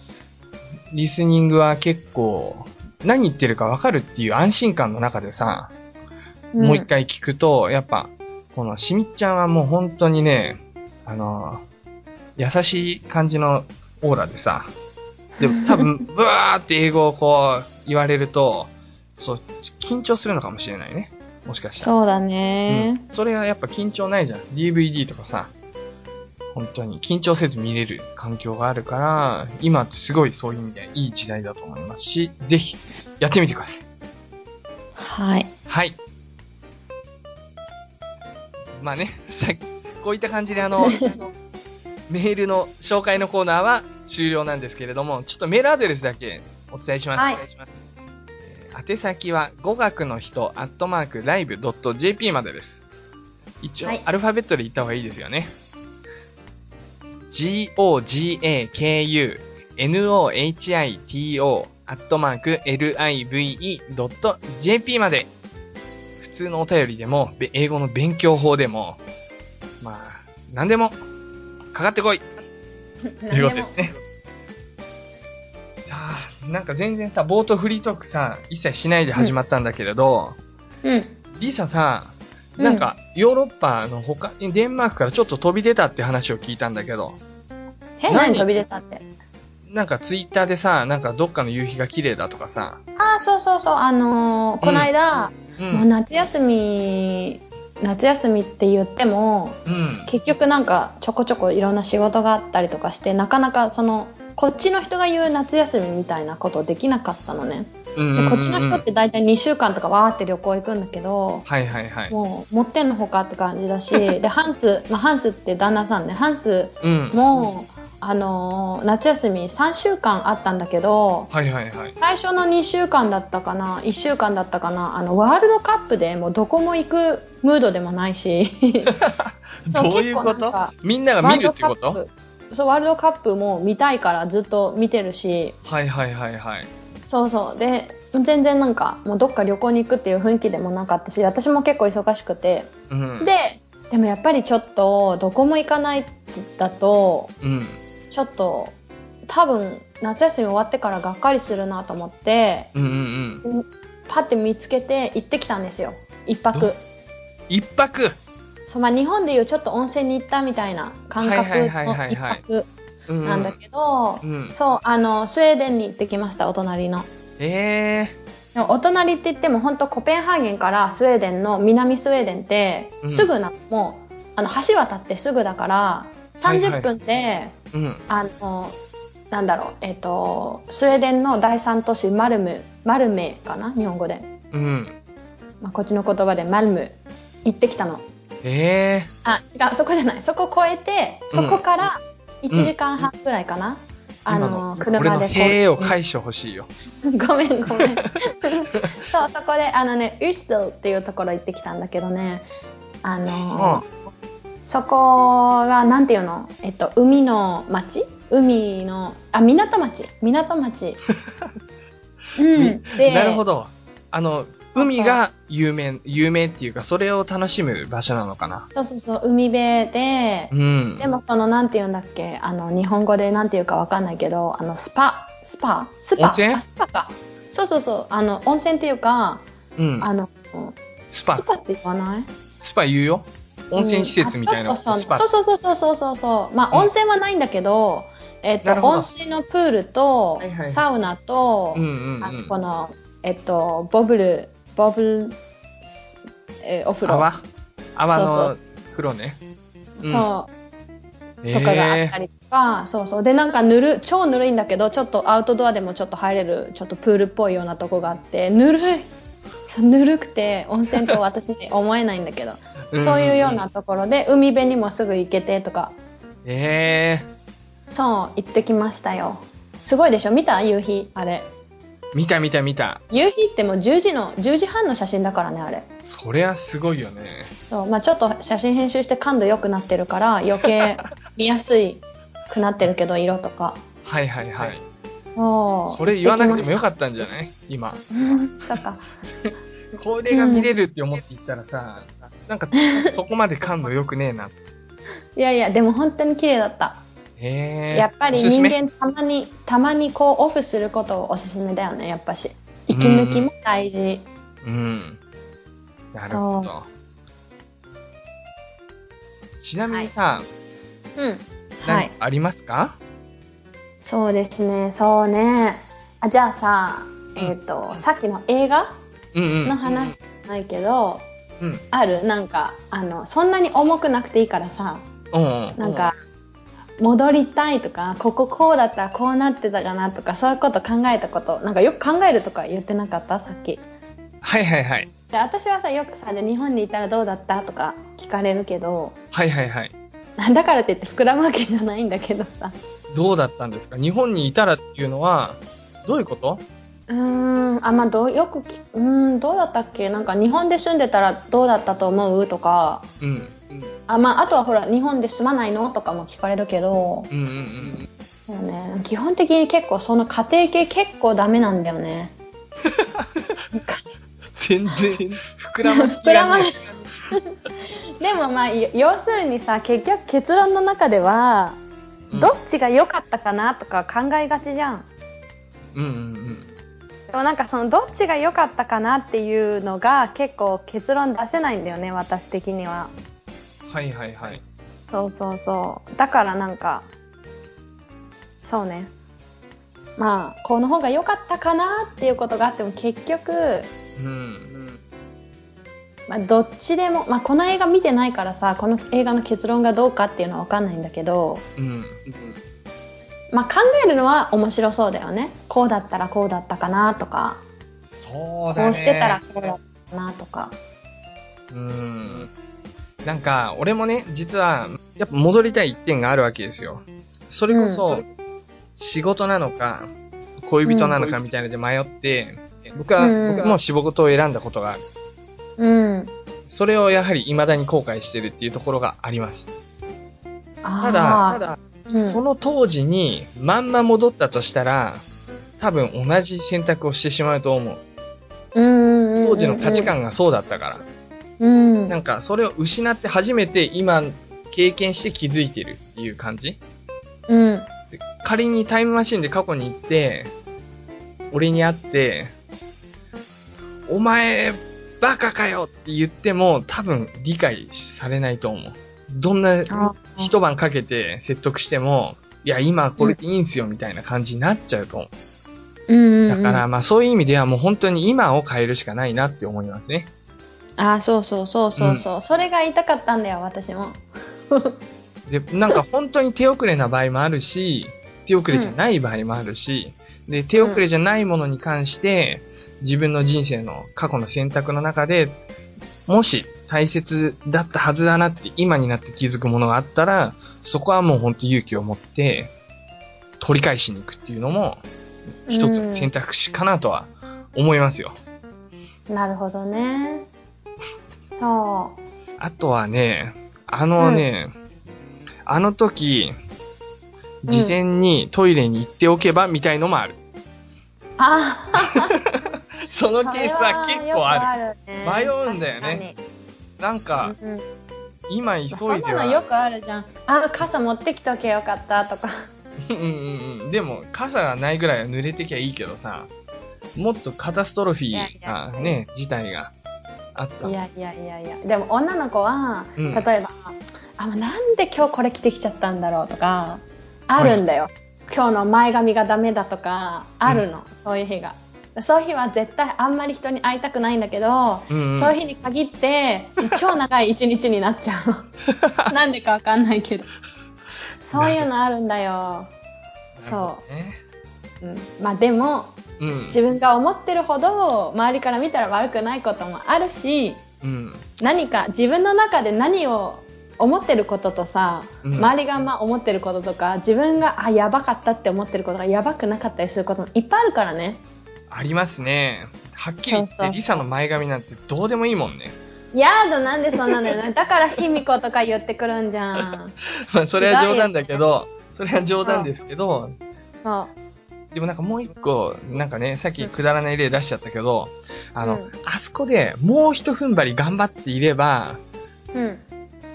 Speaker 3: リスニングは結構、何言ってるかわかるっていう安心感の中でさ、もう一回聞くと、やっぱ、このしみっちゃんはもう本当にね、あのー優しい感じのオーラでさ、でも多分、ブワーって英語をこう言われると、そう、緊張するのかもしれないね。もしかしたら。
Speaker 4: そうだ
Speaker 3: う
Speaker 4: ね
Speaker 3: ん。それはやっぱ緊張ないじゃん。DVD とかさ、本当に緊張せず見れる環境があるから、今ってすごいそういう意味ではいい時代だと思いますし、ぜひやってみてください。
Speaker 4: はい。
Speaker 3: はい。まあね、 <laughs> さこういった感じであ
Speaker 4: <laughs>
Speaker 3: の、メールの紹介のコーナーは終了なんですけれども、ちょっとメールアドレスだけお伝えします。
Speaker 4: はい
Speaker 3: お願いしますえー宛先は語学の人、アットマーク、ライブ .jp までです。一応、
Speaker 4: はい
Speaker 3: アルファベットで言った方がいいですよね。gogaku, nohito, アットマーク、live.jp まで。普通のお便りでも、べ英語の勉強法でも、まあ、何でも、かかってこいということですね。さあ、なんか全然さ、冒頭フリートークさ、一切しないで始まったんだけれど、
Speaker 4: うん。
Speaker 3: リサさ、
Speaker 4: うん
Speaker 3: なんか、ヨーロッパの他、デンマークからちょっと飛び出たって話を聞いたんだけど、
Speaker 4: 変な
Speaker 3: 何
Speaker 4: に飛び出たって。
Speaker 3: なんかツイッターでさ、なんかどっかの夕日が綺麗だとかさ、
Speaker 4: ああ、そうそうそう。あのーこの間、
Speaker 3: う
Speaker 4: まあ、
Speaker 3: ん、
Speaker 4: 夏休み、夏休みって言っても、
Speaker 3: うん、
Speaker 4: 結局なんかちょこちょこいろんな仕事があったりとかして、なかなかその、こっちの人が言う夏休みみたいなことできなかったの
Speaker 3: うん
Speaker 4: ね。
Speaker 3: うんうんう
Speaker 4: で
Speaker 3: ん
Speaker 4: こっちの人って大体2週間とかわーって旅行行くんだけど、
Speaker 3: はいはいはい。
Speaker 4: もう持ってんのほかって感
Speaker 3: <laughs>
Speaker 4: じだしでハンス、まあ、ハンスって旦那さんねハンス
Speaker 3: うん。
Speaker 4: も、あのー夏休み3週間あったんだけど
Speaker 3: はいはいはい。
Speaker 4: 最初の2週間だったかな1週間だったかなあのワールドカップでもうどこも行くムードでもな
Speaker 3: <laughs>
Speaker 4: いしそう
Speaker 3: どういうこ
Speaker 4: 結構なん
Speaker 3: と
Speaker 4: か
Speaker 3: みんなが見るってこと
Speaker 4: プそうワールドカップも見たいからずっと見てるし
Speaker 3: はいはいはいはい。
Speaker 4: そうそうで全然なんかもうどっか旅行に行くっていう雰囲気でもなかったし私も結構忙しくて。
Speaker 3: うん。
Speaker 4: ででもやっぱりちょっとどこも行かないだと
Speaker 3: うん。
Speaker 4: ちょっと多分夏休み終わってからがっかりするなと思って
Speaker 3: うんうんうん。
Speaker 4: パッて見つけて行ってきたんですよ一泊
Speaker 3: ど一泊
Speaker 4: そう、まあ、日本でいうちょっと温泉に行ったみたいな感覚
Speaker 3: は
Speaker 4: の
Speaker 3: いはいはいはい
Speaker 4: 一
Speaker 3: はい
Speaker 4: 泊なんだけど、
Speaker 3: うん。
Speaker 4: そうあのスウェーデンに行ってきましたお隣の。
Speaker 3: え
Speaker 4: でもお隣って言っても本当コペンハーゲンからスウェーデンの南スウェーデンって
Speaker 3: うん
Speaker 4: すぐな、もうあの橋渡ってすぐだから
Speaker 3: はいはい
Speaker 4: 30分で、
Speaker 3: えー。うん。
Speaker 4: あのなんだろうえっ、とスウェーデンの第三都市マルムマルメかな日本語で、
Speaker 3: うん。
Speaker 4: まあ、こっちの言葉でマルム行ってきたの
Speaker 3: ええ
Speaker 4: あ違うそこじゃないそこ越えてそこから1時間半くらいかな、あ
Speaker 3: 今
Speaker 4: の
Speaker 3: の、俺
Speaker 4: 車
Speaker 3: の
Speaker 4: で
Speaker 3: へえを
Speaker 4: こ
Speaker 3: 返してほしいよ。
Speaker 4: う <laughs> ごめんごめん <laughs> そうそこであのねウィストルっていうところ行ってきたんだけどねあの、そこはなんていうの、えっと、海の町海のあ港町港
Speaker 3: <laughs>
Speaker 4: 町うんで
Speaker 3: なるほど。あの、
Speaker 4: そう
Speaker 3: 海が有名、有名っていうか、それを楽しむ場所なのかな。
Speaker 4: そうそうそう海辺で
Speaker 3: う、ん。
Speaker 4: でもそのなんていうんだっけあの日本語でなんていうかわかんないけどあのスパスパスパ
Speaker 3: 温泉
Speaker 4: あスパかそうそうそうあの温泉っていうか
Speaker 3: うん。
Speaker 4: あの
Speaker 3: スパ
Speaker 4: ス、パって言わない
Speaker 3: スパ言うよ。温泉施設みたい
Speaker 4: うん
Speaker 3: な。
Speaker 4: あちょっと
Speaker 3: スパ
Speaker 4: そう。そうそうそうそうそうそうまあ、
Speaker 3: うん
Speaker 4: 温泉はないんだけどえっ
Speaker 3: な
Speaker 4: と
Speaker 3: るほど
Speaker 4: 温水のプールと、
Speaker 3: はいはい
Speaker 4: サウナと、
Speaker 3: うんうん
Speaker 4: あの
Speaker 3: うん
Speaker 4: こ。のえっとボブルボブルすえーお風呂
Speaker 3: 泡泡
Speaker 4: そう
Speaker 3: の
Speaker 4: そう
Speaker 3: 黒ね。うん
Speaker 4: そう、
Speaker 3: え
Speaker 4: とかがあった
Speaker 3: え
Speaker 4: りとか、そうそうでなんかぬる超ぬるいんだけどちょっとアウトドアでもちょっと入れるちょっとプールっぽいようなとこがあってぬるいそうぬるくて温泉と私に思えないんだけど
Speaker 3: んん
Speaker 4: そういうような。ところで海辺にもすぐ行けてとか
Speaker 3: ええ
Speaker 4: そう行ってきましたよすごいでしょ見た夕日あれ
Speaker 3: 見た見た見た。
Speaker 4: 夕日ってもう10時の10時半の写真だからねあれ
Speaker 3: それはすごいよね。
Speaker 4: そうまあちょっと写真編集して感度良くなってるから余計見やすいくなってるけど色とか
Speaker 3: はいはいはい。
Speaker 4: そう
Speaker 3: それ言わなくてもよ
Speaker 4: く
Speaker 3: かったんじゃない今。
Speaker 4: そうか
Speaker 3: これが見れるって思って行ったらさ、なんかそこまで感度良くねえな。
Speaker 4: いやいやでも本当に綺麗だった
Speaker 3: へえ。
Speaker 4: やっぱ
Speaker 3: お
Speaker 4: り
Speaker 3: すす
Speaker 4: 人
Speaker 3: め
Speaker 4: 間たまにたまにこうオフすることをおすすめだよねやっぱし息抜きも大事
Speaker 3: うん。なるほど。ちなみにさ、
Speaker 4: うん、は
Speaker 3: 何
Speaker 4: い
Speaker 3: かありますか、
Speaker 4: そうですねそうねあじゃあさ
Speaker 3: うん
Speaker 4: えっ、と、さっきの映画
Speaker 3: うんうん。
Speaker 4: の話じゃないけど、
Speaker 3: うん。うん
Speaker 4: あるなんかあのそんなに重くなくていいからさ
Speaker 3: うんうん。
Speaker 4: なんか、戻りたいとかこここうだったらこうなってたかなとかそういうこと考えたことなんかよく考えるとか言ってなかったさっき
Speaker 3: はいはいはい。
Speaker 4: で私はさよくさで日本にいたらどうだったとか聞かれるけど <laughs>
Speaker 3: はいはいはい。
Speaker 4: だからって言って膨らむわけじゃないんだけどさ
Speaker 3: どうだったんですか日本にいたらっていうのは、どういうこと
Speaker 4: <laughs> うーんあまあどうよくきうーんどうだったっけなんか日本で住んでたらどうだったと思うとか
Speaker 3: うん。
Speaker 4: あまああとはほら日本で住まないのとかも聞かれるけど
Speaker 3: うんうんうん。
Speaker 4: そうね基本的に結構その家庭系結構ダメなんだよね
Speaker 3: 全然、膨らまし
Speaker 4: 膨らま <laughs> でもまあよ要するにさ結局結論の中では、
Speaker 3: うん
Speaker 4: どっちが良かったかなとか考えがちじゃん
Speaker 3: うんうんうん。
Speaker 4: でもなんかそのどっちが良かったかなっていうのが結構結論出せないんだよね私的には
Speaker 3: はいはいはい。
Speaker 4: そうそうそうだからなんかそうねまあこの方が良かったかなっていうことがあっても結局
Speaker 3: うん。うん
Speaker 4: まあ、どっちでも、まあ、この映画見てないからさこの映画の結論がどうかっていうのは分かんないんだけど、
Speaker 3: うん。
Speaker 4: まあ、考えるのは面白そうだよねこうだったらこうだったかなとか
Speaker 3: そうだね。
Speaker 4: こうしてたらこうだったかなとか
Speaker 3: うん。なんか、俺もね、実は、やっぱ戻りたい一点があるわけですよ。それこそ、仕事なのか、恋人なのかみたいなので迷って、僕は、
Speaker 4: うん
Speaker 3: 僕も仕事を選んだことがある。
Speaker 4: うん
Speaker 3: それをやはり未だに後悔してるっていうところがあります。ただ、た
Speaker 4: あ
Speaker 3: だ、
Speaker 4: ーうん
Speaker 3: その当時にまんま戻ったとしたら、多分同じ選択をしてしまうと思う。
Speaker 4: うんうんうんうん
Speaker 3: 当時の価値観がそうだったから。
Speaker 4: うん
Speaker 3: なんか、それを失って初めて今、経験して気づいてるっていう感じ
Speaker 4: うん
Speaker 3: で仮にタイムマシンで過去に行って、俺に会って、お前、バカかよって言っても、多分理解されないと思う。どんな
Speaker 4: あ
Speaker 3: 一晩かけて説得しても、いや、今これでいいんすよみたいな感じになっちゃうと思う。
Speaker 4: うんうん
Speaker 3: だから、
Speaker 4: うん
Speaker 3: まあそういう意味ではもう本当に今を変えるしかないなって思いますね。
Speaker 4: あーそうそうそうそうそう、それが言いたかったんだよ私も
Speaker 3: で、なんか本当に手遅れな場合もあるし、手遅れじゃない場合もあるし、で、手遅れじゃないものに関して、自分の人生の過去の選択の中で、もし大切だったはずだなって今になって気づくものがあったら、そこはもう本当勇気を持って、取り返しに行くっていうのも、一つの選択肢かなとは思いますよ。
Speaker 4: なるほどねそ
Speaker 3: あとはね、あのね、あの時、
Speaker 4: ん
Speaker 3: 事前にトイレに行っておけばみたいのもある。
Speaker 4: うああ
Speaker 3: <laughs> そのケースは結構ある。
Speaker 4: る
Speaker 3: 迷うんだ
Speaker 2: eh?
Speaker 3: よねなんか、
Speaker 4: うん
Speaker 3: 今急いで
Speaker 4: そんなのよ
Speaker 3: は、
Speaker 4: くあるじゃんあ傘持ってきとけよかったとか
Speaker 3: <laughs> うんうんうん。でも、傘がないぐらいは濡れてきゃいいけどさ、もっとカタストロフィーなね、事態があった
Speaker 4: い。やいやいやいやでも女の子は、
Speaker 3: うん
Speaker 4: 例えばあなんで今日これ着てきちゃったんだろうとかあるんだよ、今日の前髪がダメだとかあるの、そういう日がそういう日は絶対あんまり人に会いたくないんだけど、
Speaker 3: うんうん
Speaker 4: そういう日に限って超長い一日になっちゃ
Speaker 3: <laughs>
Speaker 4: うなんでかわかんないけどそういうのあるんだよそ
Speaker 3: ね
Speaker 4: う、うん、まあでも
Speaker 3: うん。
Speaker 4: 自分が思ってるほど周りから見たら悪くないこともあるし
Speaker 3: うん。
Speaker 4: 何か自分の中で何を思ってることとさ、
Speaker 3: うん
Speaker 4: 周りがまあ思ってることとか自分があやばかったって思ってることがやばくなかったりすることもいっぱいあるからね
Speaker 3: ありますね。はっきり言っ
Speaker 4: そうそうそ
Speaker 3: て、
Speaker 4: う
Speaker 3: リサの前髪なんてどうでもいいもんね。
Speaker 4: やだなんでそんなのよね <laughs> だから卑弥呼とか言ってくるんじゃん
Speaker 3: ま <laughs> あ、それは冗談だけど、それは冗談ですけど、
Speaker 4: そ
Speaker 3: でもなんかもう一個、なんかね、さっきくだらない例出しちゃったけど、あの、
Speaker 4: うん
Speaker 3: あそこでもう一踏ん張り頑張っていれば、
Speaker 4: ううん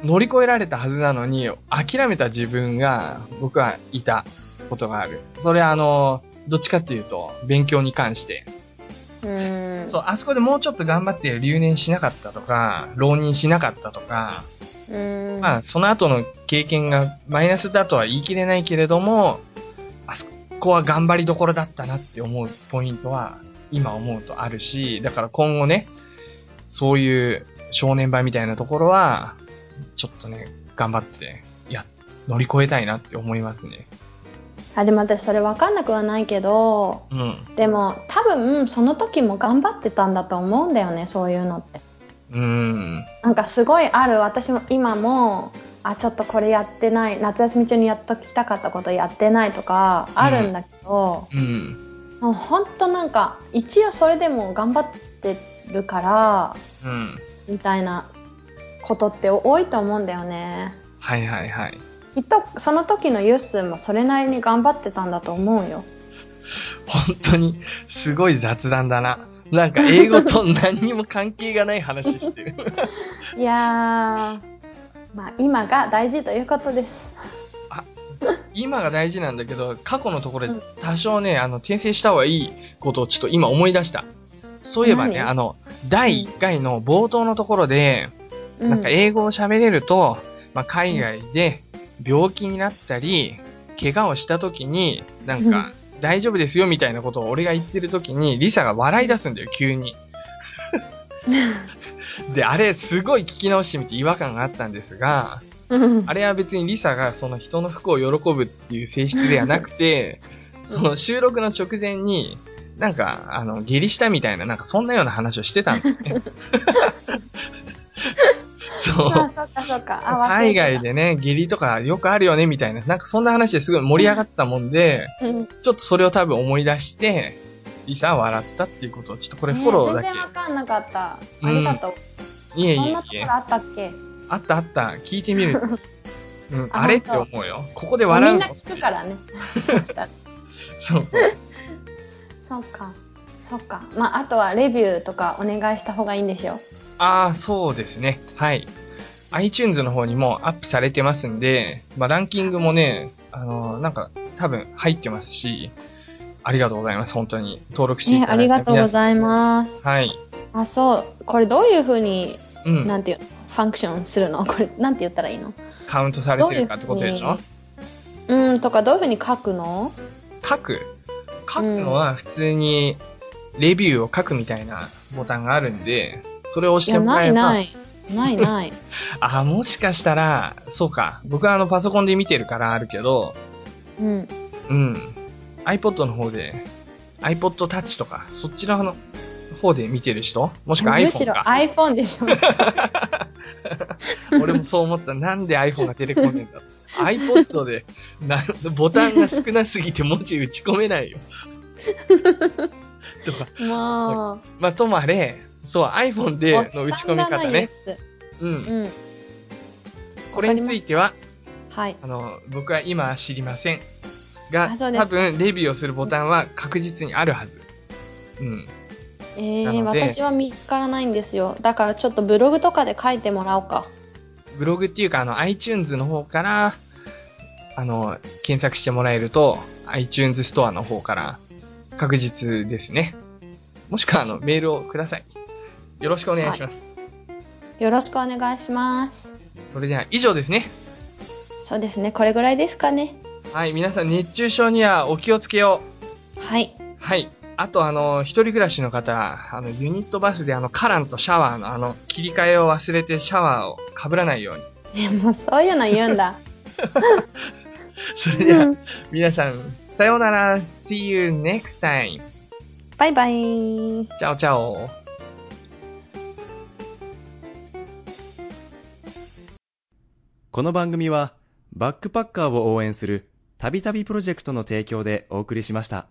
Speaker 3: 乗り越えられたはずなのに、諦めた自分が、僕はいたことがある。それはあの、どっちかっていうと、勉強に関して。
Speaker 4: うーん
Speaker 3: そう、あそこでもうちょっと頑張って留年しなかったとか、浪人しなかったとか、
Speaker 4: うーん
Speaker 3: まあ、その後の経験がマイナスだとは言い切れないけれども、あそこは頑張りどころだったなって思うポイントは今思うとあるし、だから今後ね、そういう少年場みたいなところは、ちょっとね、頑張って、いや、乗り越えたいなって思いますね。
Speaker 4: あでも私それ分かんなくはないけど
Speaker 3: うん。
Speaker 4: でも多分その時も頑張ってたんだと思うんだよねそういうのって
Speaker 3: うん。
Speaker 4: なんかすごいある私も今もあちょっとこれやってない夏休み中にやっときたかったことやってないとかあるんだけど、
Speaker 3: うん。
Speaker 4: もうほんとなんか一応それでも頑張ってるから
Speaker 3: うん。
Speaker 4: みたいなことって多いと思うんだよね
Speaker 3: はいはいはい。
Speaker 4: きっとその時のユッスンもそれなりに頑張ってたんだと思うよ
Speaker 3: 本当に、すごい雑談だな。なんか英語と何にも関係がない話してる。
Speaker 4: いやー、まあ、今が大事ということです。
Speaker 3: 今が大事なんだけど、過去のところで多少ね、あの、訂正した方がいいことをちょっと今思い出した。そういえばね、
Speaker 4: 何
Speaker 3: あの、第1回の冒頭のところで、
Speaker 4: う
Speaker 3: なんか英語を喋れると、まあ、海外で病気になったり、怪我をした時に、なんか、大丈夫ですよみたいなことを俺が言ってる時に、リサが笑い出すんだよ、急に。で、あれ、すごい聞き直してみて違和感があったんですが、
Speaker 4: うん
Speaker 3: あれは別にリサがその人の不幸を喜ぶっていう性質ではなくて、その収録の直前に、なんか、あの、下痢したみたいな、なんかそんなような話をしてた
Speaker 4: <laughs>
Speaker 3: んだよね。そ
Speaker 4: <laughs> あ、
Speaker 3: う。
Speaker 4: そっかそっか。あ忘れ
Speaker 3: 海
Speaker 4: てた
Speaker 3: 外でね、下痢とかよくあるよね、みたいな。なんかそんな話ですごい盛り上がってたもんで、
Speaker 4: うん
Speaker 3: ちょっとそれを多分思い出して、リサは笑ったっていうことを、ちょっとこれフォローだ
Speaker 4: ね
Speaker 3: け。
Speaker 4: 全然わかんなかった。
Speaker 3: うん
Speaker 4: ありがとう。
Speaker 3: いえい
Speaker 4: そん
Speaker 3: え
Speaker 4: なとこ
Speaker 3: いえ
Speaker 4: ろ。あったっけ
Speaker 3: あったあった。聞いてみる
Speaker 4: <laughs>
Speaker 3: と。うん、
Speaker 4: あ
Speaker 3: あれって思うよ。ここで
Speaker 4: まあ
Speaker 3: 笑
Speaker 4: み
Speaker 3: うん
Speaker 4: な
Speaker 3: の。
Speaker 4: 聞く
Speaker 3: <laughs>
Speaker 4: からね。そうしたら。
Speaker 3: そうそう。
Speaker 4: そうか。そうか。まあ、あとはレビューとかお願いした方がいいんでしょ
Speaker 3: ああ、そうですね。はい。iTunes の方にもアップされてますんで、まあ、ランキングもね、あのーなんか、多分入ってますし、ありがとうございます、本当に。登録してい
Speaker 4: ね、
Speaker 3: ただ
Speaker 4: あ
Speaker 3: いて、
Speaker 4: りがとうございます。
Speaker 3: す。はい。
Speaker 4: あ、そう。これどういうふうに、
Speaker 3: うん。
Speaker 4: なんていうの、ファンクションするのこれ、なんて言ったらいいの
Speaker 3: カウントされてるかってことでし
Speaker 4: どうい
Speaker 3: ょ
Speaker 4: ううん、とかどういうふうに書くの
Speaker 3: 書く書くのは普通に、レビューを書くみたいなボタンがあるんで、それを押
Speaker 4: い
Speaker 3: して
Speaker 4: や、
Speaker 3: もら
Speaker 4: な
Speaker 3: え
Speaker 4: い
Speaker 3: ば、
Speaker 4: ない。ない
Speaker 3: <laughs>
Speaker 4: ない。
Speaker 3: あ、もしかしたら、そうか。僕はあの、パソコンで見てるからあるけど、
Speaker 4: うん。
Speaker 3: うん。iPod の方で、iPod Touch とか、そっちの方で見てる人もしくは
Speaker 4: むし
Speaker 3: iPhone
Speaker 4: ろ
Speaker 3: か。
Speaker 4: iPhone でしょ。
Speaker 3: <laughs> 俺もそう思った。なんで iPhone が出てこねえ
Speaker 4: <laughs>
Speaker 3: んだ。iPod で、な、ボタンが少なすぎて文字打ち込めないよ。とか、
Speaker 4: もう、
Speaker 3: まあ、ともあれ、そう、iPhone での打ち込み方
Speaker 4: おっ
Speaker 3: ね。
Speaker 4: さんだ
Speaker 3: う。
Speaker 4: なんユース
Speaker 3: これについては、
Speaker 4: うん。はい。
Speaker 3: あの、僕は今は知りません。が、
Speaker 4: あそうです
Speaker 3: 多分、レビューをするボタンは確実にあるはず。うん。
Speaker 4: え
Speaker 3: な
Speaker 4: ー、
Speaker 3: ので
Speaker 4: 私は見つからないんですよ。だからちょっとブログとかで書いてもらおうか。
Speaker 3: ブログっていうか、あの、iTunes の方から、あの、検索してもらえると、iTunes ストアの方から、確実ですね。もしくは、あの、メールをください。よろしくお願いします。
Speaker 4: よろしくお願いします。
Speaker 3: それでは、以上ですね。
Speaker 4: そうですね、これぐらいですかね。
Speaker 3: はい、皆さん、熱中症にはお気をつけよ
Speaker 4: はい。 <laughs>
Speaker 3: う。はい。あと、あの、一人暮らしの方、あの、ユニットバスで、あの、カランとシャワーの、あの、切り替えを忘れて、シャワーを被らないように。
Speaker 4: ね、もうそういうの言うんだ。
Speaker 3: それでは、皆さん、さようなら。See you next time.
Speaker 4: バイバイ。
Speaker 3: チャオチャオ。
Speaker 5: この番組はバックパッカーを応援するたびたびプロジェクトの提供でお送りしました。